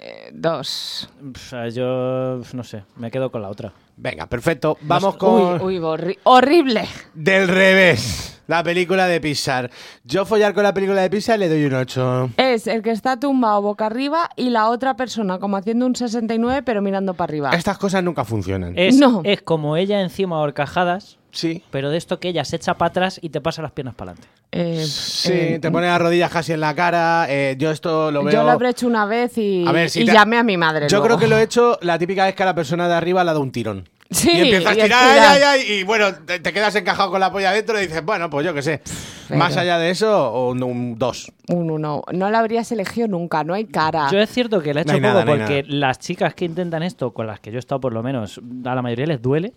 Eh, Dos.
Pf, ah, yo pf, no sé, me quedo con la otra.
Venga, perfecto. Vamos con...
Uy, uy, horri- horrible.
Del revés. La película de Pixar. Yo follar con la película de Pixar le doy un 8.
Es el que está tumbado boca arriba y la otra persona como haciendo un 69 pero mirando para arriba.
Estas cosas nunca funcionan.
Es,
No.
es como ella encima horcajadas,
Sí.
pero de esto que ella se echa para atrás y te pasa las piernas para adelante.
Eh,
Sí,
eh,
te pone las rodillas casi en la cara. eh, yo esto lo veo...
Yo lo habré hecho una vez y,
A ver, si
y
te-
llamé a mi madre.
Yo
luego.
creo que lo he hecho la típica vez que a la persona de arriba le da un tirón.
Sí,
y empiezas
y
a tirar,
estirar.
ay, ay, ay, y bueno, te, te quedas encajado con la polla adentro y dices, bueno, pues yo qué sé.
pero-
Más allá de eso, un 2.
Un uno. No la habrías elegido nunca, no hay cara.
Yo es cierto que la he
Ah. No
hecho
hay
poco
nada, no hay
porque las chicas que intentan esto, con las que yo he estado por lo menos, a la mayoría les duele.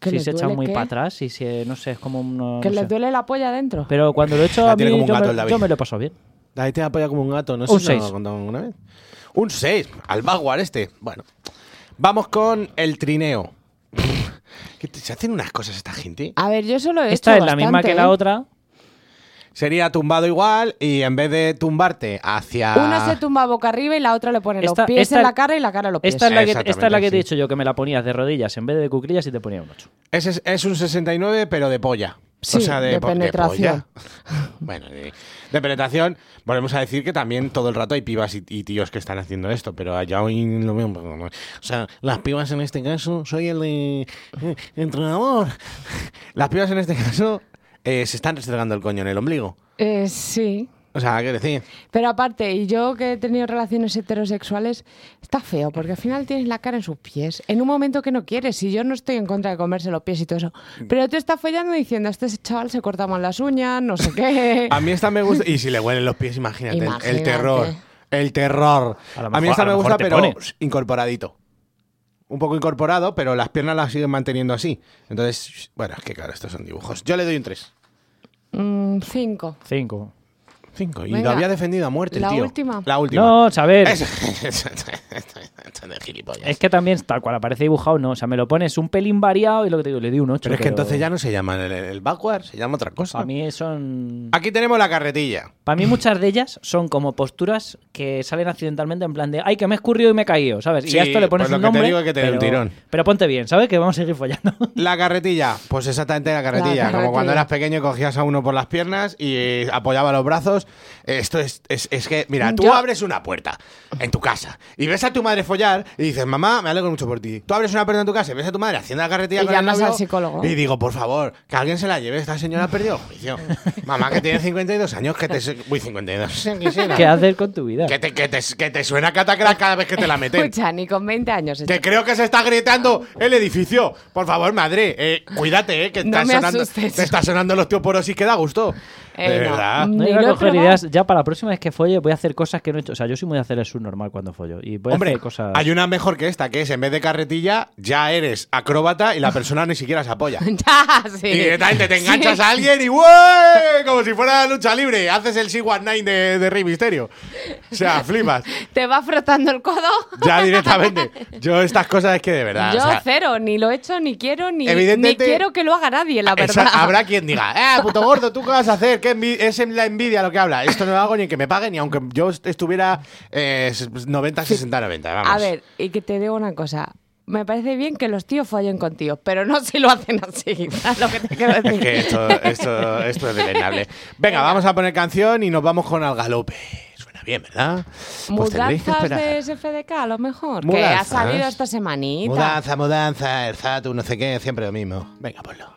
¿Que
si
les
se echan
duele
muy
qué?
para atrás y se, no sé, es como un...
Que les duele la polla adentro.
Pero cuando lo he hecho
La
a mí,
tiene
yo
como un gato
me,
el David.
yo me lo he pasado bien.
David te apoya como un gato, no
Un
sé si lo
seis.
contamos alguna vez. Un 6, al Baguar este. Bueno, vamos con el trineo. Que te- Se hacen unas cosas esta gente.
A ver, yo solo he
Esta es
hecho
la misma
bastante,
que
¿eh?
la otra.
Sería tumbado igual y en vez de tumbarte hacia...
¿eh? Una se tumba boca arriba y la otra le pone
Esta-
los pies
esta-
en la cara y la cara a los pies.
Esta es la que, esta es la que
Exactamente,
te
sí.
he dicho yo, que me la ponías de rodillas en vez de de cuclillas y te ponía un 8.
Ese es, es un 69, pero de polla.
Sí, de
po-
penetración.
polla. bueno, de, de penetración, volvemos a decir que también todo el rato hay pibas y, y tíos que están haciendo esto, pero allá hoy lo veo un poco más. O sea, las pibas en este caso, soy el eh, eh, entrenador. Las pibas en este caso eh, se están restregando el coño en el ombligo.
Eh, sí.
O sea, ¿qué decir?
Pero aparte, y yo que he tenido relaciones heterosexuales, está feo, porque al final tienes la cara en sus pies, en un momento que no quieres, y yo no estoy en contra de comerse los pies y todo eso. Pero tú estás follando diciendo, este chaval se corta mal las uñas, no sé qué.
A mí esta me gusta. Y si le huelen los pies, imagínate, el- el
Imagínate.
terror. El terror.
A lo
A, mí
mejor-
esta
a lo
me
mejor
gusta,
te
pero
pone.
incorporadito. Un poco incorporado, pero las piernas las siguen manteniendo así. Entonces, bueno, es que claro, estos son dibujos. Yo le doy un 3.
Mm, cinco.
5.
5. Y lo
Venga.
había defendido a muerte, el
La
tío.
última.
La última.
No, saber.
Eso- eso- eso- eso de gilipollas.
Es que también, tal cual aparece dibujado, no. O sea, me lo pones un pelín variado y lo que te digo, le di un 8.
pero es que entonces ya no se llama el, el backward, se llama otra cosa.
Para mí son.
Aquí tenemos la carretilla.
Para mí muchas de ellas son como posturas que salen accidentalmente en plan de ay que me he escurrido y me he caído, ¿sabes?
Sí,
y a esto le pones
pues lo
un
que te
nombre.
digo es que te dé un
pero-
tirón.
Pero ponte bien, ¿sabes? Que vamos a seguir follando.
La carretilla, pues exactamente la carretilla. Como
carretilla.
cuando eras pequeño cogías a uno por las piernas y eh, apoyaba los brazos. Esto es, es, es que, mira, tú
Yo-
abres una puerta en tu casa y ves a tu madre follar y dices, mamá, me alegro mucho por ti. Tú abres una puerta en tu casa y ves a tu madre haciendo la carretilla
Y
con el
llamas
novio
al psicólogo.
Y digo, por favor, que alguien se la lleve. Esta señora ha perdido el juicio. mamá, que tiene 52 años, que te. se- Uy, 52. quisiera.
¿Qué haces con tu vida?
que, te, que, te, que te suena catacra cada vez que te la meten.
Escucha, ni con 20 años.
Que creo que se está gritando el edificio. Por favor, madre, eh, cuídate, eh, que
No
está
me
sonando,
asustes.
te está sonando los teoporos y que da gusto.
Eh,
de
no.
verdad.
Mm.
No
Ni
iba a
lo he
coger
probado.
ideas. Ya para la próxima vez que folle voy a hacer cosas que no he hecho. O sea, yo sí me voy a hacer el subnormal cuando follo. Y voy a
Hombre,
hacer cosas.
hay una mejor que esta, que es en vez de carretilla, ya eres acróbata y la persona ni siquiera se apoya.
Ya, Ah, sí.
Y directamente te
Sí.
enganchas a alguien y ¡Uey! Como si fuera lucha libre. Haces el C19 de, de Rey Misterio. O sea, flipas.
Te va frotando el codo.
Ya directamente. Yo estas cosas es que de verdad.
Yo
o sea,
cero, ni lo he hecho, ni quiero, ni, ni
Evidentemente-
quiero que lo haga nadie, la
Eso-
verdad.
habrá quien diga, ah, puto gordo, ¿tú qué vas a hacer? ¿Qué envi- es en la envidia lo que habla. Esto no lo hago ni que me paguen, ni aunque yo est- estuviera eh, s- 90, 60, 90. Vamos.
A ver, y que te digo una cosa. Me parece bien que los tíos follen con tíos, pero no si lo hacen así. ¿sabes
Pues
lo que te quiero
Es
decir?
que esto, esto, esto es deleznable. Venga, vamos a poner canción y nos vamos con al galope. Suena bien, ¿verdad? Pues tendréis que
Mudanzas
esperar.
de SFDK, a lo mejor. Que ha
Mudanzas.
salido esta semanita.
Mudanza, mudanza, el Zatu, no sé qué, siempre lo mismo. Venga, ponlo.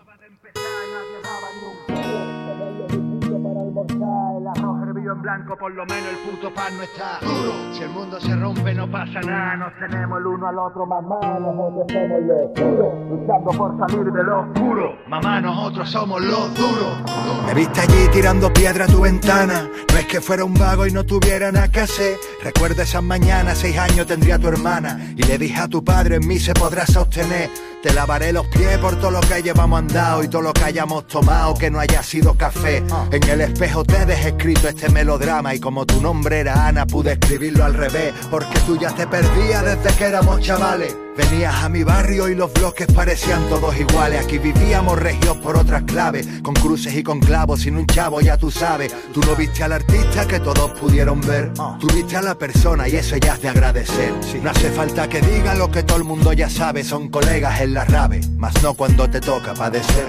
El arroz hervido en
blanco, por lo menos el puto pan no está duro. Si el mundo se rompe, no pasa nada. Nos tenemos el uno al otro, mamá. Nosotros somos los duros, luchando por salir del oscuro. Mamá, nosotros somos los duros.
Me viste allí tirando piedra a tu ventana. No es que fuera un vago y no tuviera nada que hacer. Recuerda esas mañanas, seis años tendría tu hermana. Y le dije a tu padre, en mí se podrá sostener. Te lavaré los pies por todo lo que llevamos andado y todo lo que hayamos tomado que no haya sido café. En el espejo te dejé escrito este melodrama y como tu nombre era Ana pude escribirlo al revés porque tú ya te perdías desde que éramos chavales. Venías a mi barrio y los bloques parecían todos iguales. Aquí vivíamos regios por otras claves, con cruces y con clavos, sin un chavo, ya tú sabes. Tú no viste al artista que todos pudieron ver. Tú viste a la persona y eso ya es de agradecer. No hace falta que diga lo que todo el mundo ya sabe, son colegas en la rave, mas no cuando te toca padecer.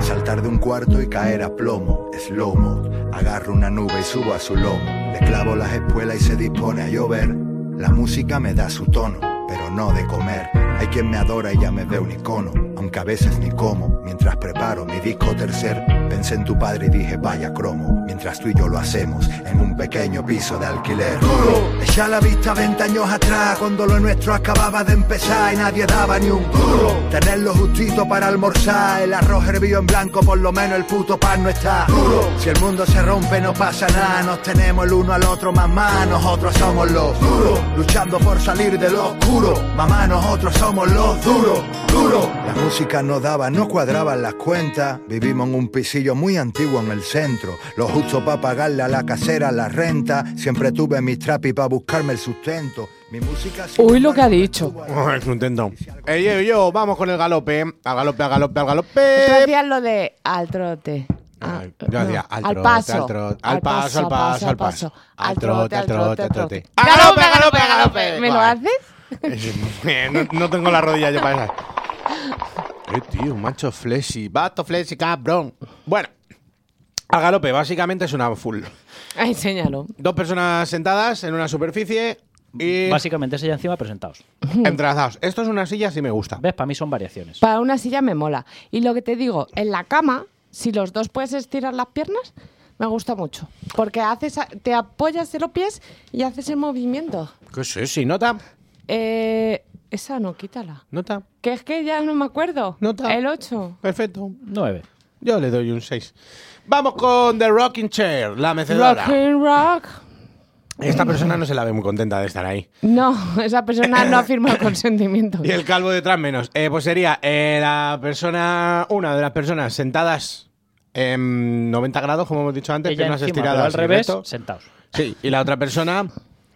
Saltar de un cuarto y caer a plomo, slomo. Agarro una nube y subo a su lomo. Le clavo las espuelas y se dispone a llover. La música me da su tono, pero no de comer. Hay quien me adora y ya me ve un icono, aunque a veces ni como. Mientras preparo mi disco tercer, pensé en tu padre y dije, vaya cromo. Mientras tú y yo lo hacemos en un pequeño piso de alquiler. Duro, echa la vista 20 años atrás, cuando lo nuestro acababa de empezar y nadie daba ni un duro. Tenerlo justito para almorzar, el arroz hervido en blanco, por lo menos el puto pan no está. Duro, si el mundo se rompe no pasa nada, nos tenemos el uno al otro, mamá, nosotros somos los duros, luchando por salir del oscuro, mamá, nosotros somos los duros, duros. La música no daba, no cuadraban las cuentas, vivimos en un pisillo muy antiguo en el centro, lo justo para pagarle a la casera la renta, siempre tuve mis trapis para buscarme el sustento. Mi música sin
Uy, lo que ha
embargo,
dicho.
estuvo ahí.
Es un tendón. Ey, yo, yo, vamos con el galope. Al galope, al galope, al
Tú
galope.
hacías lo de al trote. Ah,
Eh, Ay, yo hacía, al trote,
paso,
al trote, al paso, al paso, al paso.
al trote, al trote, al trote.
¡Al
¡Galope,
galope,
galope,
al galope!
galope! ¿Me lo
Vale.
haces?
Eh, no, no tengo la rodilla yo para esas. Eh, tío, macho fleshy. Bato fleshy, cabrón. Bueno, al galope, básicamente es una full.
Enséñalo.
Dos personas sentadas en una superficie y
Básicamente se encima presentados.
entrelazados. Esto es una silla, sí me gusta.
¿Ves? Para mí son variaciones.
Para una silla me mola. Y lo que te digo, en la cama, si los dos puedes estirar las piernas, me gusta mucho. Porque haces, a- te apoyas de los pies y haces el movimiento.
¿Qué es eso? ¿Nota?
Eh, esa no, quítala.
¿Nota?
Que es que ya no me acuerdo.
Nota.
El 8.
Perfecto.
Nueve.
Yo le doy un 6. Vamos con The Rocking Chair, la mecedora.
Rock and rock.
Esta persona no se la ve muy contenta de estar ahí.
No, esa persona no ha firmado consentimiento.
Y el calvo detrás menos. Eh, pues sería eh, la persona, una de las personas sentadas en 90 grados, como hemos dicho antes,
Ella
piernas
encima,
estiradas.
pero al
y
revés,
recto.
sentados.
Sí, y la otra persona,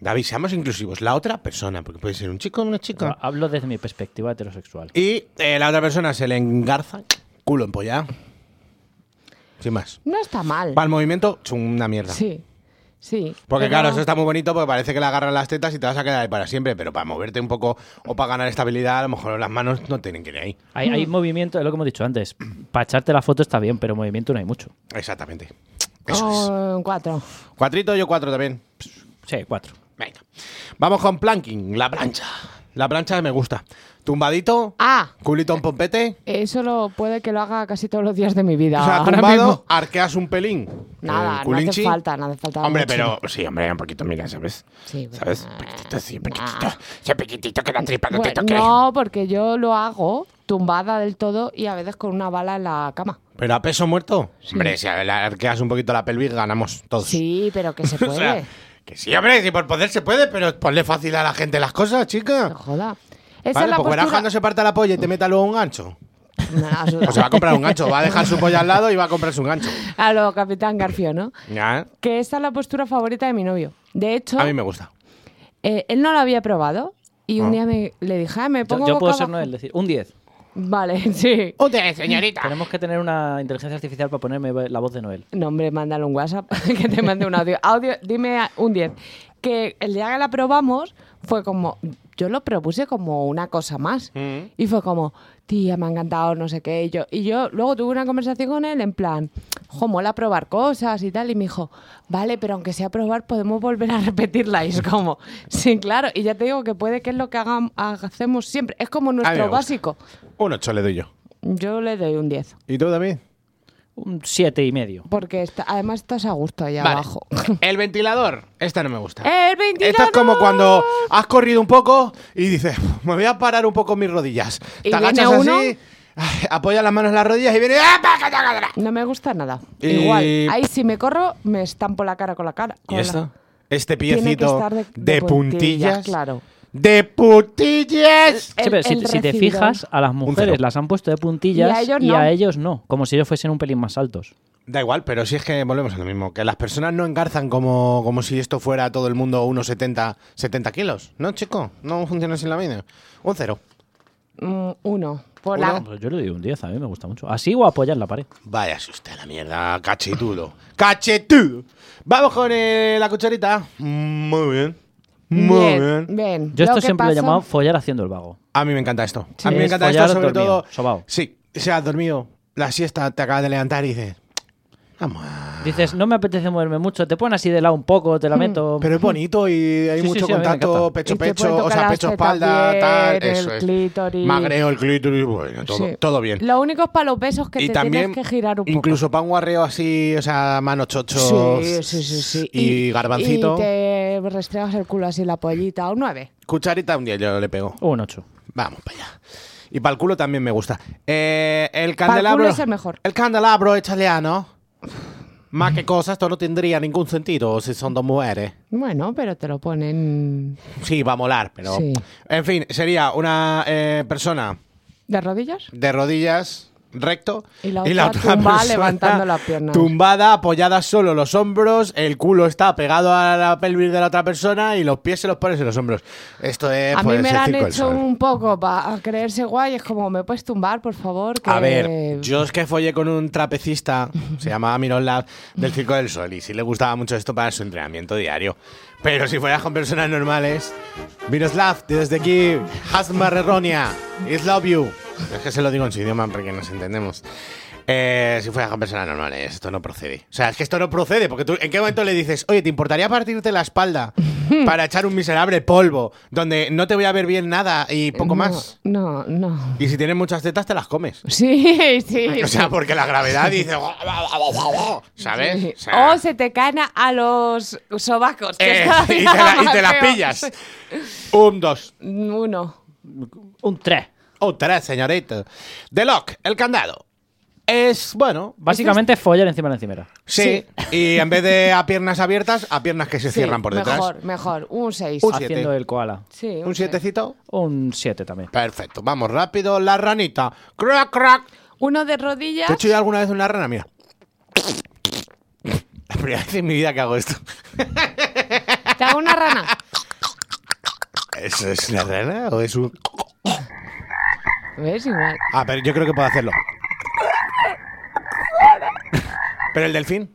David, seamos inclusivos, la otra persona, porque puede ser un chico o una chica.
Hablo desde mi perspectiva heterosexual.
Y eh, la otra persona se le engarza, culo empollado. Sin más.
No está mal.
Para el movimiento, chum, una mierda.
Sí, sí.
Porque
Pero-
claro, eso está muy bonito porque parece que le agarran las tetas y te vas a quedar ahí para siempre, pero para moverte un poco o para ganar estabilidad, a lo mejor las manos no tienen que ir ahí.
Hay, hay movimiento, es lo que hemos dicho antes. Para echarte la foto está bien, pero movimiento no hay mucho.
Exactamente. Eso es.
Oh, Cuatro.
Cuatrito, yo cuatro también.
Sí, cuatro.
Venga. Vamos con planking, la plancha. La plancha me gusta. Tumbadito,
Ah,
culito en pompete.
eso lo puede que lo haga casi todos los días de mi vida.
o sea,
ahora
tumbado,
mismo.
arqueas un pelín.
Nada,
El
no hace
culinchi.
falta, no hace falta.
Hombre,
mucho.
pero sí, hombre, un poquito, mira, ¿sabes?
Sí,
¿Sabes?
bueno.
Pequitito, sí, pequitito. Ese pequitito que la tripa no te
Bueno,
toque.
no, porque yo lo hago tumbada del todo y a veces con una bala en la cama.
Pero a peso muerto. Hombre, si le arqueas un poquito la pelvis, ganamos todos.
Sí, pero que se
O
puede.
sea, que sí, hombre, si por poder se puede, pero ponle fácil a la gente las cosas,
No
chica.
joda. Esa
Vale,
es la
pues Granja
postura.
no se parta la polla y te meta luego un gancho.
Nada, eso-
O se va a comprar un gancho, va a dejar su polla al lado y va a comprarse un gancho.
a lo Capitán Garfio, ¿no?
Ya,
Que esa es la postura favorita de mi novio. De hecho,
A mí me gusta.
eh, él no la había probado y un
Ah.
día me, le dije, ah, me
Yo,
pongo
yo puedo
boca
ser
abajo".
Noel, decir, un 10.
Vale, sí.
Usted,
Ah.
señorita.
Tenemos que tener una inteligencia artificial para ponerme la voz de Noel.
No, hombre, mándale un WhatsApp que te mande un audio. Audio, dime a- un 10. Que el día que la probamos fue como. Yo lo propuse como una cosa más.
Mm.
Y fue como, tía, me ha encantado, no sé qué. Y yo, y yo luego tuve una conversación con él en plan, jo, mola probar cosas y tal. Y me dijo, vale, pero aunque sea probar, podemos volver a repetirla. Y es como, sí, claro. Y ya te digo que puede que es lo que hagam- hacemos siempre. Es como
me
nuestro
gusta.
básico.
Un ocho le doy yo.
Yo le doy un 10.
¿Y tú, David?
un siete y medio.
Porque está- además estás a gusto allá
Vale.
abajo.
El ventilador. Esta no me gusta.
¡El 22!
Esto es como cuando has corrido un poco y dices, me voy a parar un poco mis rodillas.
Y
Te agachas
viene uno.
así, ay, apoyas las manos en las rodillas y viene... "Ah, ¡apa, cata, cata!
No me gusta nada.
Y-
Igual, ahí si me corro, me estampo la cara con la cara.
¿Y
Hola.
esto? Este
Tiene que
piecito
estar
de,
de- de
puntillas.
puntillas, claro.
¡De puntillas!
El-
Sí, pero si,
el
si te
recibidor.
fijas, a las mujeres
cero.
las han puesto de puntillas
Y a ellos no.
ellos no, como si ellos fuesen un pelín más altos.
Da igual, pero si es que volvemos a lo mismo, que las personas no engarzan como, como si esto fuera todo el mundo unos 70, 70 kilos. No, chico, no funciona sin la vida. Un cero.
Mm, uno. Por
Ah.
la-
Pues yo le doy un 10, a mí me gusta mucho. Así o apoyar la pared.
Vaya usted a la mierda, cachetudo. ¡Cachetudo! Vamos con eh, la cucharita. Muy bien. Muy
Bien,
bien.
bien.
Yo esto
que
siempre lo he
pasó-
llamado follar haciendo el vago.
A mí me encanta esto. a mí me
Es
encanta esto,
follar
sobre
dormido,
todo.
sobao.
Sí, se has dormido, la siesta te acabas de levantar y dices. Vamos. a-
Dices, no me apetece moverme mucho, te ponen así de lado un poco, te la meto.
Mm. Pero es bonito y hay
Sí, sí,
mucho
sí, a mí me
contacto
encanta.
Y te puede
pecho-pecho, o
tocar
sea,
las
pecho-espalda,
tetas
tal.
bien,
eso
el
es.
clítoris.
Magreo, el clítoris, bueno, todo,
Sí.
todo bien.
Lo único es para los besos que
y
te
también,
tienes que girar un poco.
incluso para un guarreo así, o sea, mano chocho
Sí, sí, sí, sí.
y, garbancito.
Y te restregas el culo así la pollita. Un 9.
Cucharita un día yo le pego.
O un 8.
Vamos para allá. Y para el culo también me gusta. Eh, el
Pa'l culo
candelabro.
es el mejor.
El candelabro italiano. Más que cosas, esto no tendría ningún sentido si son dos mujeres.
Bueno, pero te lo ponen
Sí, va a molar, pero.
Sí.
En fin, sería una eh, persona
de rodillas.
de rodillas recto
Y la otra tumbada, levantando las piernas.
tumbada apoyada solo los hombros el culo está pegado a la pelvis de la otra persona y los pies se los pones en los hombros esto es
A mí
pues,
me
el
la han
circo del
hecho
sol.
un poco para creerse guay. Es como, ¿me puedes tumbar, por favor? Que-
A ver, yo es que follé con un trapecista, se llamaba Miroslav, del Circo del Sol, y sí le gustaba mucho esto para su entrenamiento diario. Pero si fueras con personas normales, Miroslav, desde aquí, Hasma Reronia, is love you. Es que se lo digo en su idioma porque nos entendemos. Eh, si fueras con personas normales, esto no procede. O sea, es que esto no procede, porque tú en qué momento le dices, oye, ¿te importaría partirte la espalda para echar un miserable polvo donde no te voy a ver bien nada y poco
no,
más?
No, no.
Y si tienes muchas tetas, te las comes.
Sí, sí.
O sea, porque la gravedad dice. "Oh, ¿Sabes?
sí.
O sea,
O se te caen a los sobacos. que
eh,
está
y, te la, y te la
feo. Mm,
pillas. Un, dos,
Uno.
Un 3.
un, tres, señorito. The Lock, el candado. Es, bueno,
Básicamente es follar encima de la encimera.
sí. Y en vez de a piernas abiertas, a piernas que se
Sí,
cierran por detrás.
Mejor, mejor. Un 6.
Un siete.
Haciendo el koala.
Sí, un
Un
seis.
sietecito.
Un 7 también.
Perfecto. Vamos rápido. La ranita. Crack, crack.
Uno de
¿Te he
rodillas.
hecho yo alguna vez una rana? Mira. La primera vez en mi vida que hago esto.
Te hago una rana.
¿Eso es una rana o es un.?
¿Ves? Igual.
Ah, pero yo creo que puedo hacerlo. Pero el delfín.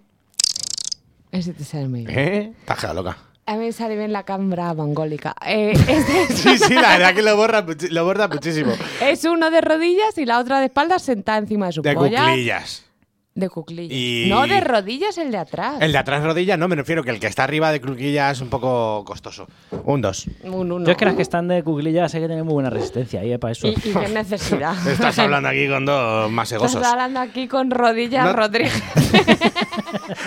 Ese te sale muy bien.
¿Eh? Tajada loca.
A mí me sale bien la cámara mongólica. Eh, este es,
Sí, sí, la verdad que lo borra, muchi- lo borra muchísimo.
es uno de rodillas y la otra de espaldas sentada encima de su
De
polla.
cuclillas.
De cuclillas.
Y-
No, de rodillas el de atrás.
El de atrás rodillas, no, me refiero que el que está arriba de cuclillas es un poco costoso. Un dos.
Un uno.
Yo es que las que están de cuclillas hay que tener muy buena resistencia ahí, eh, para eso.
y, y qué necesidad.
Estás hablando aquí con dos
Estás
masegosos.
hablando aquí con rodillas,
No-
Rodríguez.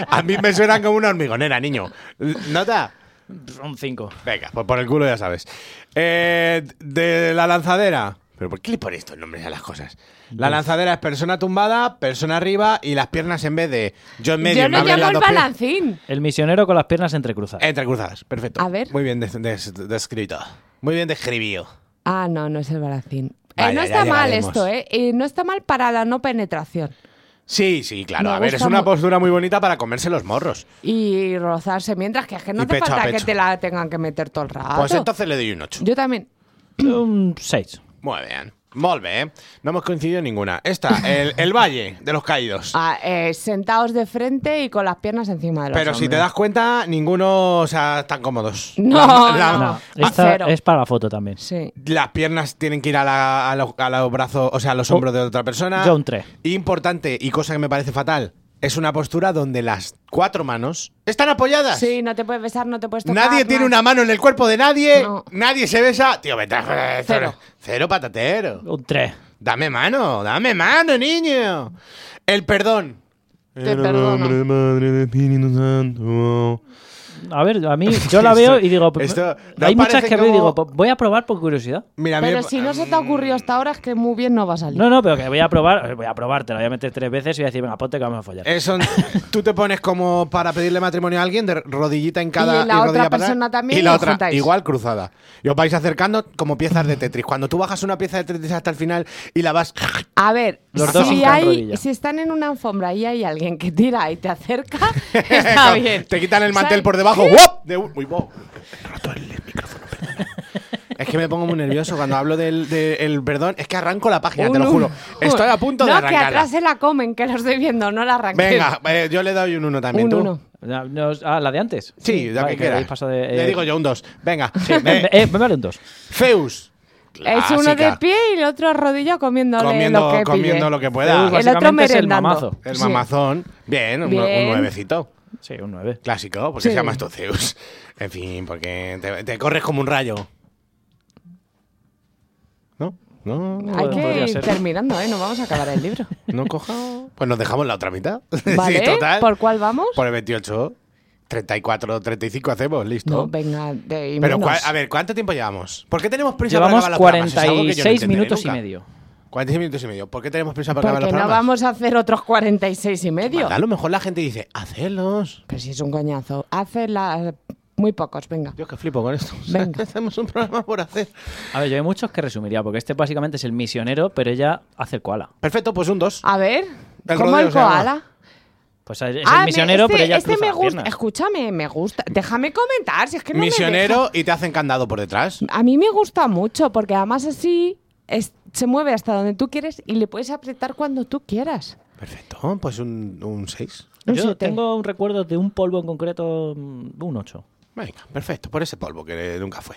A mí me suenan como una hormigonera, niño. ¿Nota?
Un 5.
Venga, pues por el culo ya sabes. Eh, de la lanzadera. ¿Pero por qué le pones estos nombres a las cosas? La lanzadera es persona tumbada, persona arriba y las piernas en vez de. Yo en medio pues. me
Yo no
abren
llamo
las
el
dos piernas.
balancín.
El misionero con las piernas entrecruzadas.
Entrecruzadas, perfecto.
A ver.
Muy bien des- des- descrito. Muy bien describido.
Ah, no, no es el balancín. Eh,
Vaya, ya
no está mal
llegaremos.
esto, ¿eh? Y no está mal para la no penetración.
Sí, sí, claro.
Me
a ver, es
gusta
una
mu-
postura muy bonita para comerse los morros.
Y rozarse, mientras que es que no
Y
te
pecho a
falta que
pecho.
te la tengan que meter todo el rato.
Pues entonces le doy un 8.
Yo también.
Eh.
Un 6.
Muy bien. Muy bien. No hemos coincidido en ninguna. Esta, el, el valle de los caídos.
Ah, eh, sentados de frente y con las piernas encima de los
Pero si te
hombros.
das cuenta, ninguno o sea, están cómodos.
No,
La- la-
no.
No,
Ah,
esta
cero.
es para la foto también.
Sí.
Las piernas tienen que ir a, la- a los, a los brazos, o sea, a los hombros de otra persona.
Oh. Yo un tres.
Importante y cosa que me parece fatal, es una postura donde las cuatro manos están apoyadas.
Sí, no te puedes besar, no te puedes tocar.
Nadie tiene
nada.
una mano en el cuerpo de nadie,
No.
nadie se besa. Tío, vete a...
Cero.
Cero patatero.
Un 3.
Dame mano, dame mano, niño. El perdón.
Te perdono.
Madre de Espíritu Santo.
A ver, a mí yo la veo y digo, pues,
esto no
hay muchas
parece
que veo y
como-
digo, pues, voy a probar por curiosidad.
Mira, a mí
Pero
me-
si no se te ha ocurrido hasta ahora es que muy bien no va a salir.
No, no, pero que voy a probar, voy a probar, te la voy a meter tres veces y voy a decir, venga, ponte que vamos a follar.
Eso, Eh, tú te pones como para pedirle matrimonio a alguien de rodillita en cada
Y la otra
rodilla para-
persona también
y la
y os
otra
juntáis.
igual cruzada y os vais acercando como piezas de Tetris cuando tú bajas una pieza de Tetris hasta el final y la vas
A ver,
Los dos
si,
hincan
hay-
rodilla.
si están en una alfombra y hay alguien que tira y te acerca, está bien.
te quitan el
O sea,
mantel por debajo ¡Wop! De un- uy, wow. Roto el micrófono, perdona. es que me pongo muy nervioso cuando hablo del, del- perdón es que arranco la página te lo
un-
juro estoy a punto de
No, que
arrancarla
atrás se la comen, que lo estoy viendo, no la arranqué.
venga eh, yo le doy un uno también
un
tú
uno.
No, no, ah, la de antes.
sí la
Vale,
que quieras
habéis pasado de, eh,
le digo yo un dos venga
Sí,
Eh,
me- eh, me vale un dos.
Zeus
Es uno de
Clásica.
pie y el otro rodillo comiéndole
comiendo,
lo que pille.
comiendo lo que
Zeus,
pueda.
El
El,
otro
básicamente es el
merendando.
mamazo.
sí.
mamazón. Bien, un-
Bien.
Un, nuevecito.
Sí, un 9.
Clásico, porque
Sí.
se llama esto Zeus. En fin, porque te, te corres como un rayo. ¿No? No,
Hay
Bueno,
que
podría
ir
ser.
terminando, ¿eh? No vamos a acabar el libro.
no coja. Pues nos dejamos la otra mitad. Sí,
¿Vale?
total.
¿Por cuál vamos?
Por el 28, 34, 35 hacemos, listo.
No, venga, de, y
Pero,
menos.
¿cuál- a ver, ¿cuánto tiempo llevamos? ¿Por qué tenemos prisa
Llevamos
para acabar los programas? Es algo que yo no
46
entenderé
minutos y
nunca.
medio.
46 minutos y medio. ¿Por qué tenemos prisa para acabar
Porque
los
no
programas?
vamos a hacer otros 46 y medio.
A lo mejor la gente dice, hacelos.
Pero si es un coñazo. Hace la... muy pocos, venga.
Dios, que flipo con esto.
Venga.
Hacemos un programa por hacer.
A ver, yo hay muchos que resumiría, porque este básicamente es el misionero, pero ella hace el koala.
Perfecto, pues un 2.
A ver,
El
¿cómo
rodeo
el
se llama.
koala?
Pues es
Ah,
el
me-
misionero,
este,
pero ella
este
cruza
me
las
gusta.
piernas.
Escúchame, me gusta. Déjame comentar, si es que no me
Misionero y te hacen candado por detrás.
deja. A mí me gusta mucho porque además así es- se mueve hasta donde tú quieres y le puedes apretar cuando tú quieras.
Perfecto, pues un 6.
Un
Yo
siete.
tengo un recuerdo de un polvo en concreto, mm, un 8.
Venga, perfecto, por ese polvo que nunca fue.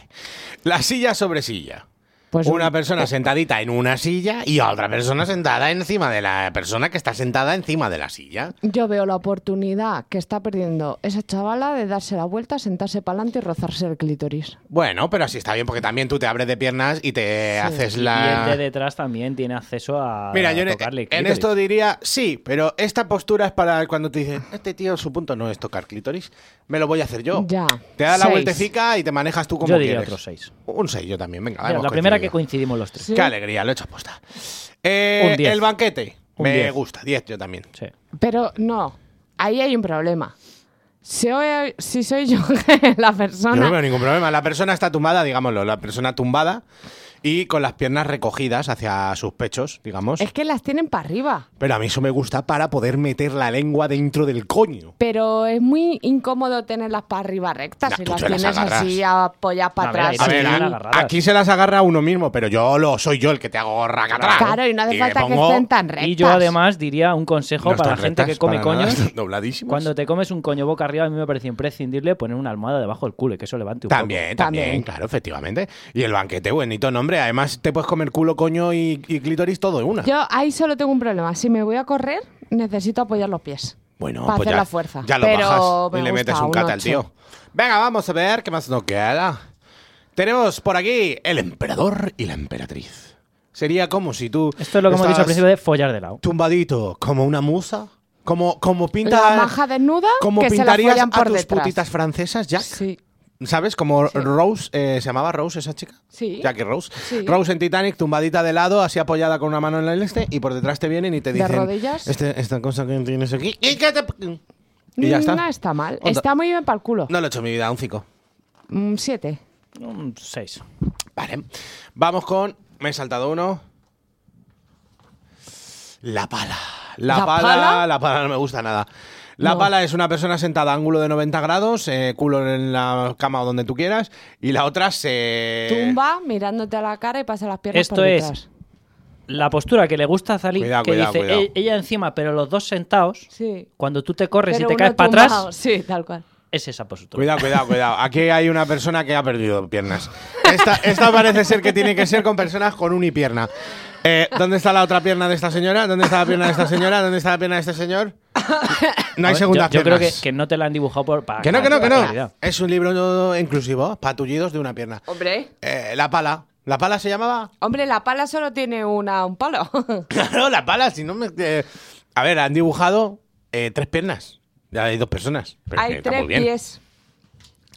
La silla sobre silla.
Pues
una
un-
persona sentadita en una silla y otra persona sentada encima de la persona que está sentada encima de la silla.
Yo veo la oportunidad que está perdiendo esa chavala de darse la vuelta, sentarse para adelante y rozarse el clítoris.
Bueno, pero así está bien porque también tú te abres de piernas y te haces
Y el
la...
de detrás también tiene acceso a
Mira, yo en, e-
tocarle el
en
clítoris.
esto diría sí, pero esta postura es para cuando te dicen, este tío su punto no es tocar clítoris, me lo voy a hacer yo.
Ya.
Te da la
Seis.
vueltecica y te manejas tú como
Yo diría
quieres.
otro seis.
Un 6 yo también, venga.
Mira,
hemos
la primera que
coincidido.
coincidimos los tres.
Sí.
Qué alegría, lo he hecho aposta. Eh,
Un diez.
El banquete.
Un
me
diez.
gusta, 10 yo también.
Sí.
Pero no, ahí hay un problema. Si, hoy- si soy yo
Yo
la
no
persona...
veo ningún problema. La persona está tumbada, digámoslo, la persona tumbada y con las piernas recogidas hacia sus pechos, digamos.
Es que las tienen para arriba.
Pero a mí eso me gusta para poder meter la lengua dentro del coño.
Pero es muy incómodo tenerlas para arriba rectas
Nah,
si
tú
las
te las
tienes
agarras.
así apoyadas para
A ver,
atrás.
ahí
A
Sí,
ver,
están
a-
agarradas.
aquí se las agarra uno mismo, pero yo lo soy yo el que te hago racatrá.
Claro, y no hace
le
falta que
pongo-
estén tan rectas.
Y yo además diría un consejo
No están
para la gente
rectas,
que come
para nada,
coños.
están dobladísimas.
Cuando te comes un coño boca arriba, a mí me parece imprescindible poner una almohada debajo del culo y que eso levante un
También, también,
También.
claro, efectivamente. Y el banquete, buenito nombre. Además, te puedes comer culo, coño y, y clítoris todo en una.
Yo ahí solo tengo un problema. Si me voy a correr, necesito apoyar los pies.
bueno,
para
pues
hacer
ya,
la fuerza.
Ya lo
Pero
bajas
me
y le
gusta,
metes un
un
cata al
ocho.
tío. Venga, vamos a ver qué más nos queda. Tenemos por aquí el emperador y la emperatriz. Sería como si tú.
poco. Esto es lo que hemos dicho al
estás
principio de follar de lado.
Tumbadito, como una musa. Como, como pinta.
La maja desnuda
como
que se la
pintarías
follan
a
por
tus
detrás.
putitas francesas, Jack.
Sí.
¿Sabes? Como Rose, eh, ¿se llamaba Rose esa chica?
Sí.
Jackie Rose.
Sí.
Rose en Titanic, tumbadita de lado, así apoyada con una mano en el este, y por detrás te vienen y te
¿De
dicen.
rodillas?
"Este- esta cosa que tienes aquí. Y, que te- y ya
Mm,
está.
No está mal.
Onda.
Está muy bien para el culo.
No lo he hecho en mi vida, un 5.
Un 7.
Un 6.
Vale. Vamos con. Me he saltado uno. La pala. La,
¿La
pala,
pala?
La pala no me gusta nada. La
No.
pala es una persona sentada a ángulo de 90 grados, eh, culo en la cama o donde tú quieras, y la otra se.
Tumba mirándote a la cara y pasa las piernas
esto
por
es-
detrás.
La postura que le gusta a Zalí,
Cuidado,
que
cuidado,
dice
cuidado.
"Ell- ella encima, pero los dos sentados,
Sí.
cuando tú te corres
Pero
y te
uno
caes para
tumbado,
atrás,
Sí, tal cual.
es esa postura.
Cuidado, cuidado, cuidado. Aquí hay una persona que ha perdido piernas. Esta, esta parece ser que tiene que ser con personas con unipierna. Eh, ¿Dónde está la otra pierna de esta señora? ¿Dónde está la pierna de esta señora? ¿Dónde está la pierna de este señor? No
A
hay
ver,
segunda
Yo, yo creo que,
piernas.
que no te la han dibujado por.
Ah,
Para
Que no, que no, que
para
no.
claridad.
Es un libro inclusivo, patullidos de una pierna.
Hombre.
Eh, la pala. ¿La pala se llamaba?
Hombre, la pala solo tiene una, un palo.
Claro, la pala, si no me. eh, A ver, han dibujado eh, tres piernas. Ya hay dos personas. Pero que
Hay
está
tres
muy bien.
pies.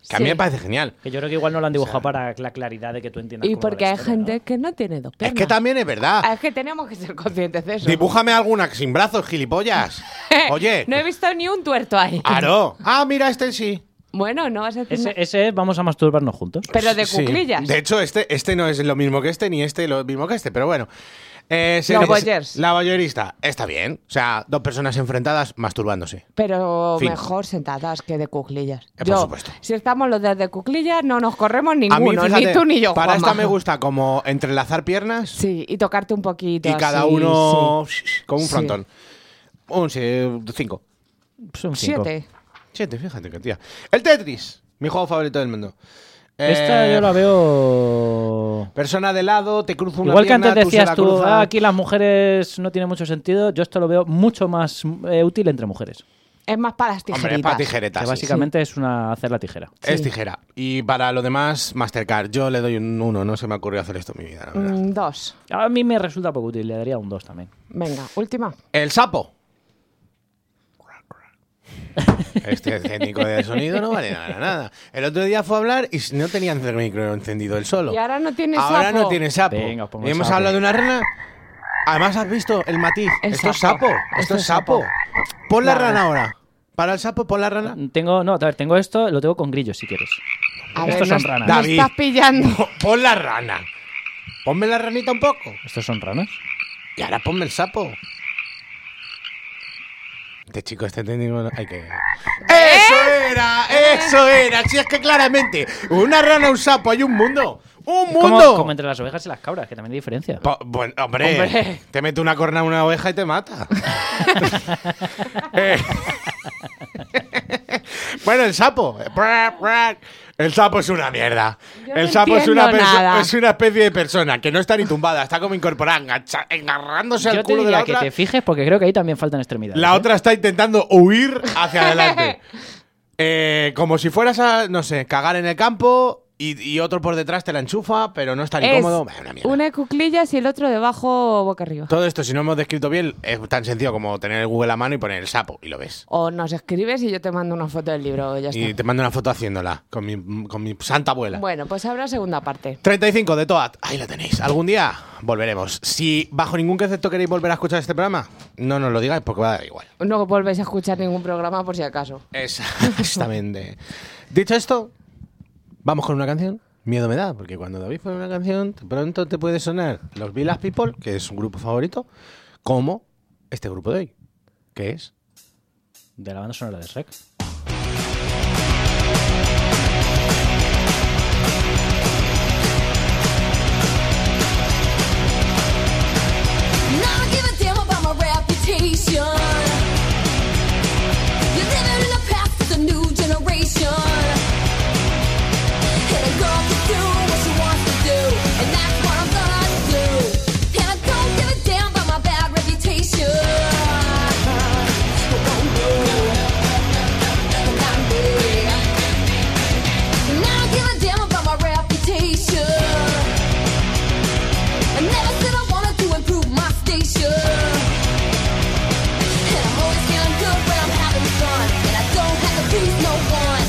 Que a mí
Sí.
me parece genial.
Que yo creo que igual no lo han dibujado para la claridad de que tú entiendas.
Y
cómo va la
porque hay
historia, ¿no?
gente que no tiene dos
Es
piernas.
que también es verdad.
Ah, Es que tenemos que ser conscientes de eso. Eh,
Dibújame alguna sin brazos, gilipollas. Oye.
no he visto ni un tuerto ahí.
Aro. Ah, mira, este sí.
Bueno, no vas a decir
Ese,
nada.
ese es vamos a masturbarnos juntos.
Pero de
Sí.
cuclillas.
De hecho, este, este no es lo mismo que este, ni este lo mismo que este, pero bueno. Eh, se-
Los
se-
voyeurs.
La voyeurista. Está bien. O sea, dos personas enfrentadas masturbándose.
Pero
Fin.
mejor sentadas que de cuclillas.
Eh, por
yo,
supuesto.
Si estamos los de, de cuclillas, no nos corremos ninguno, ni
fíjate,
tú ni yo.
Para
Juanma.
esta me gusta como entrelazar piernas
Sí, y tocarte un poquito.
y cada
así,
uno con un
Sí.
frontón. Un sí, cinco.
Son
sí.
cinco.
Siete.
Siete, fíjate que tía. El Tetris, mi juego favorito del mundo.
Esta
Eh,
yo la veo.
Persona de lado, te cruza una
Igual que
pierna,
antes
tú se
decías
la
tú,
cruzas.
"Ah, aquí las mujeres no tiene mucho sentido. Yo esto lo veo mucho más eh, útil entre mujeres.
Es más para las tijeritas.
Hombre, es para
Que
tijeretas. sí.
básicamente es una hacer la tijera.
Es tijera. Y para lo demás, Mastercard. Yo le doy un uno no se me ocurrió hacer esto en mi vida, la verdad.
Mm, dos.
A mí me resulta poco útil, le daría un 2 también.
Venga, última.
El sapo. Este técnico de sonido no vale nada, nada. El otro día fue a hablar y no tenía el micro encendido el solo.
Y ahora no tiene
Ahora
sapo.
no tiene sapo.
Venga, os pongo
y
el
hemos
sapo.
hablado de una rana. Además, has visto el matiz.
Es
Esto es
sapo.
sapo. Esto es sapo. Pon la rana ahora. Para el sapo, pon la rana.
Tengo, no, a ver, tengo esto, lo tengo con grillos si quieres.
A ver,
Estos
no-
son ranas.
no
David.
estás pillando.
Pon la rana. Ponme la ranita un poco.
¿Estos son ranas?
Y ahora ponme el sapo. Este chico, este técnico. no- Hay
¿Eh?
que. ¡Eso era! ¡Eso era! Si es que claramente, una rana, un sapo, hay un mundo. ¡Un
Es como,
mundo!
como entre las ovejas y las cabras, que también hay diferencia.
Po- bueno, hombre,
Hombre.
te mete una corna a una oveja y te mata. Eh. bueno, el sapo. El sapo es una mierda.
Yo
el
no
sapo es una,
entiendo
perso-
nada.
es una especie de persona que no está ni tumbada, está como incorporada, engancha- engarrándose
Yo
al
te
culo de la
diría que
otra.
te fijes porque creo que ahí también faltan extremidades.
La
¿eh?
otra está intentando huir hacia adelante. Eh, como si fueras a, no sé, cagar en el campo y, y otro por detrás te la enchufa, pero no es tan
Es
incómodo. Bah, una mierda.
una de cuclillas y el otro debajo boca arriba.
Todo esto, si no hemos descrito bien, es tan sencillo como tener el Google a mano y poner el sapo y lo ves.
O nos escribes y yo te mando una foto del libro. Ya
Y
está.
te mando una foto haciéndola con mi, con mi santa abuela.
Bueno, pues habrá segunda parte.
35 de Toad, ahí lo tenéis. Algún día volveremos. Si bajo ningún concepto queréis volver a escuchar este programa, no nos lo digáis porque va a dar igual.
No volvéis a escuchar ningún programa por si acaso.
Exactamente. Dicho esto, vamos con una canción. Miedo me da, porque cuando David pone una canción, de pronto te puede sonar los Village People, que es un grupo favorito, como este grupo de hoy, que es
De la banda sonora de Shrek.
Now I give a damn about my reputation. You're living in the past with a new generation. And a girl can do what she wants to do, and that's what I'm gonna do. And I don't give a damn about my bad reputation. Oh, no. Not me. And I don't give a damn about my reputation. I never said I wanted to improve my station. And I'm always feeling good when I'm having fun. And I don't have to please no one.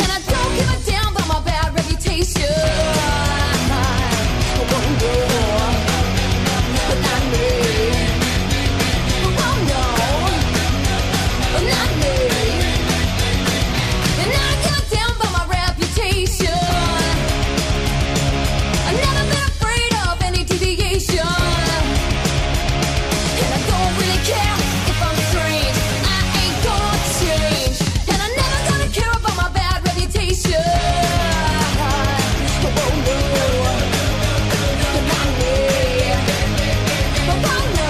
And I don't give a damn about my bad reputation. I won't go, oh. but not me. Oh, no, but not me. And I don't give a damn about my reputation. I've never been afraid of any deviation. And I don't really care if I'm strange. I ain't gonna change. And I'm never gonna care about my bad reputation. Oh, no. Not me. Oh, no.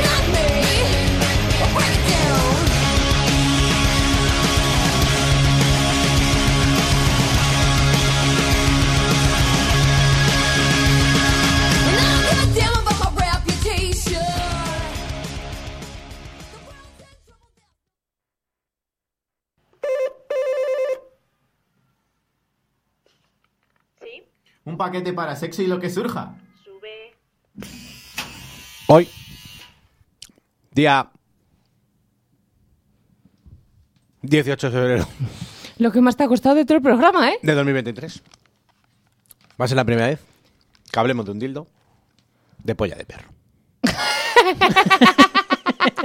Not me. Break it down. And I don't give a damn about my reputation.
Un paquete para sexo y lo que surja.
Hoy, día 18 de febrero
Lo que más te ha costado de todo el programa, ¿eh?
de 2023. Va a ser la primera vez que hablemos de un dildo de polla de perro.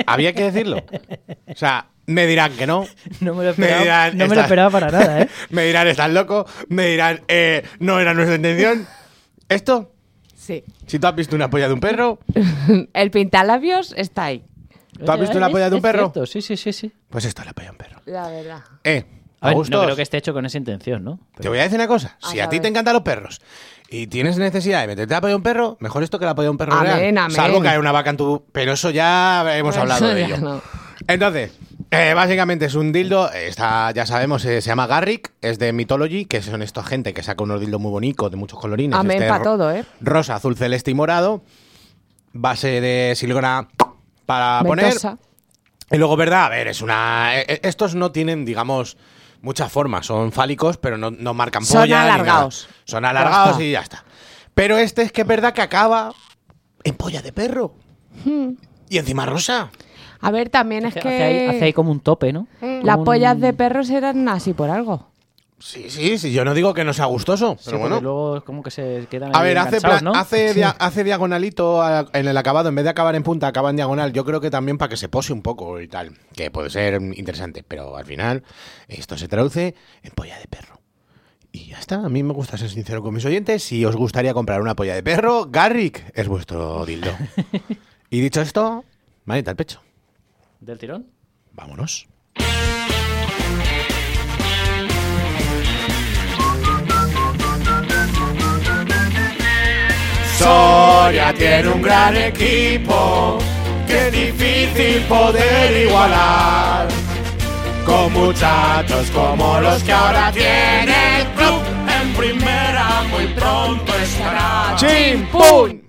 Había que decirlo. O sea, me dirán que no.
No me lo
Me
esperaba,
dirán,
no me lo
"Estás-
esperaba para nada, ¿eh?
me dirán, estás loco. Me dirán, eh, no era nuestra intención. Esto,
Sí.
si tú has visto una polla de un perro,
El pintalabios está ahí.
¿Tú has visto la
Es-
polla de un
¿eh? es
perro?
cierto, Sí, sí, sí, sí.
pues esto es la polla de un perro.
La verdad.
Eh,
A ver,
Augustos,
no creo que esté hecho con esa intención, ¿no?
te voy a decir una cosa.
A
Si a, ti
saber.
te encantan los perros y tienes necesidad de meterte a la polla de un perro, mejor esto que la polla de un perro
Amén,
real.
amén.
Salvo que haya una vaca en tu... Pero eso ya hemos
Eso
hablado de
ya
ello.
no.
Entonces, eh, básicamente es un dildo, eh, está, ya sabemos, eh, se llama Garrick, es de Mythology, que son esta gente que saca unos dildos muy bonitos, de muchos colorines.
Amén
este
pa'
ro-
todo, ¿eh?
Rosa, azul, celeste y morado. Base de silicona para poner.
Ventosa.
Y luego, ¿verdad? A ver, es una. eh, eh, Estos no tienen, digamos, muchas formas. Son fálicos, pero no, no marcan
Son
polla. ni nada.
alargados.
Son alargados
Ya
y ya está. Pero este es que es verdad que acaba en polla de perro.
Hmm.
Y encima rosa.
A ver, también es
Hace
que Mm.
ahí, hace ahí como un tope, ¿no?
las
Como
pollas
un-
de perros eran así por algo.
Sí, sí, sí. Yo no digo que no sea gustoso.
Sí,
Pero
porque
bueno.
luego es como que se quedan
A
ahí
ver, hace,
enganchados,
pla-
¿no?
hace, dia- hace diagonalito a- en el acabado, en vez de acabar en punta, acaba en diagonal. Yo creo que también para que se pose un poco y tal, que puede ser mm, interesante, pero al final esto se traduce en polla de perro. Y ya está, a mí me gusta ser sincero con mis oyentes. Si os gustaría comprar una polla de perro, Garrick es vuestro dildo. y dicho esto, manita al pecho.
¿Del tirón?
Vámonos. Soria tiene un gran equipo que es difícil poder igualar. Con muchachos como los que ahora tiene el club en primera muy pronto estará. ¡Chimpún!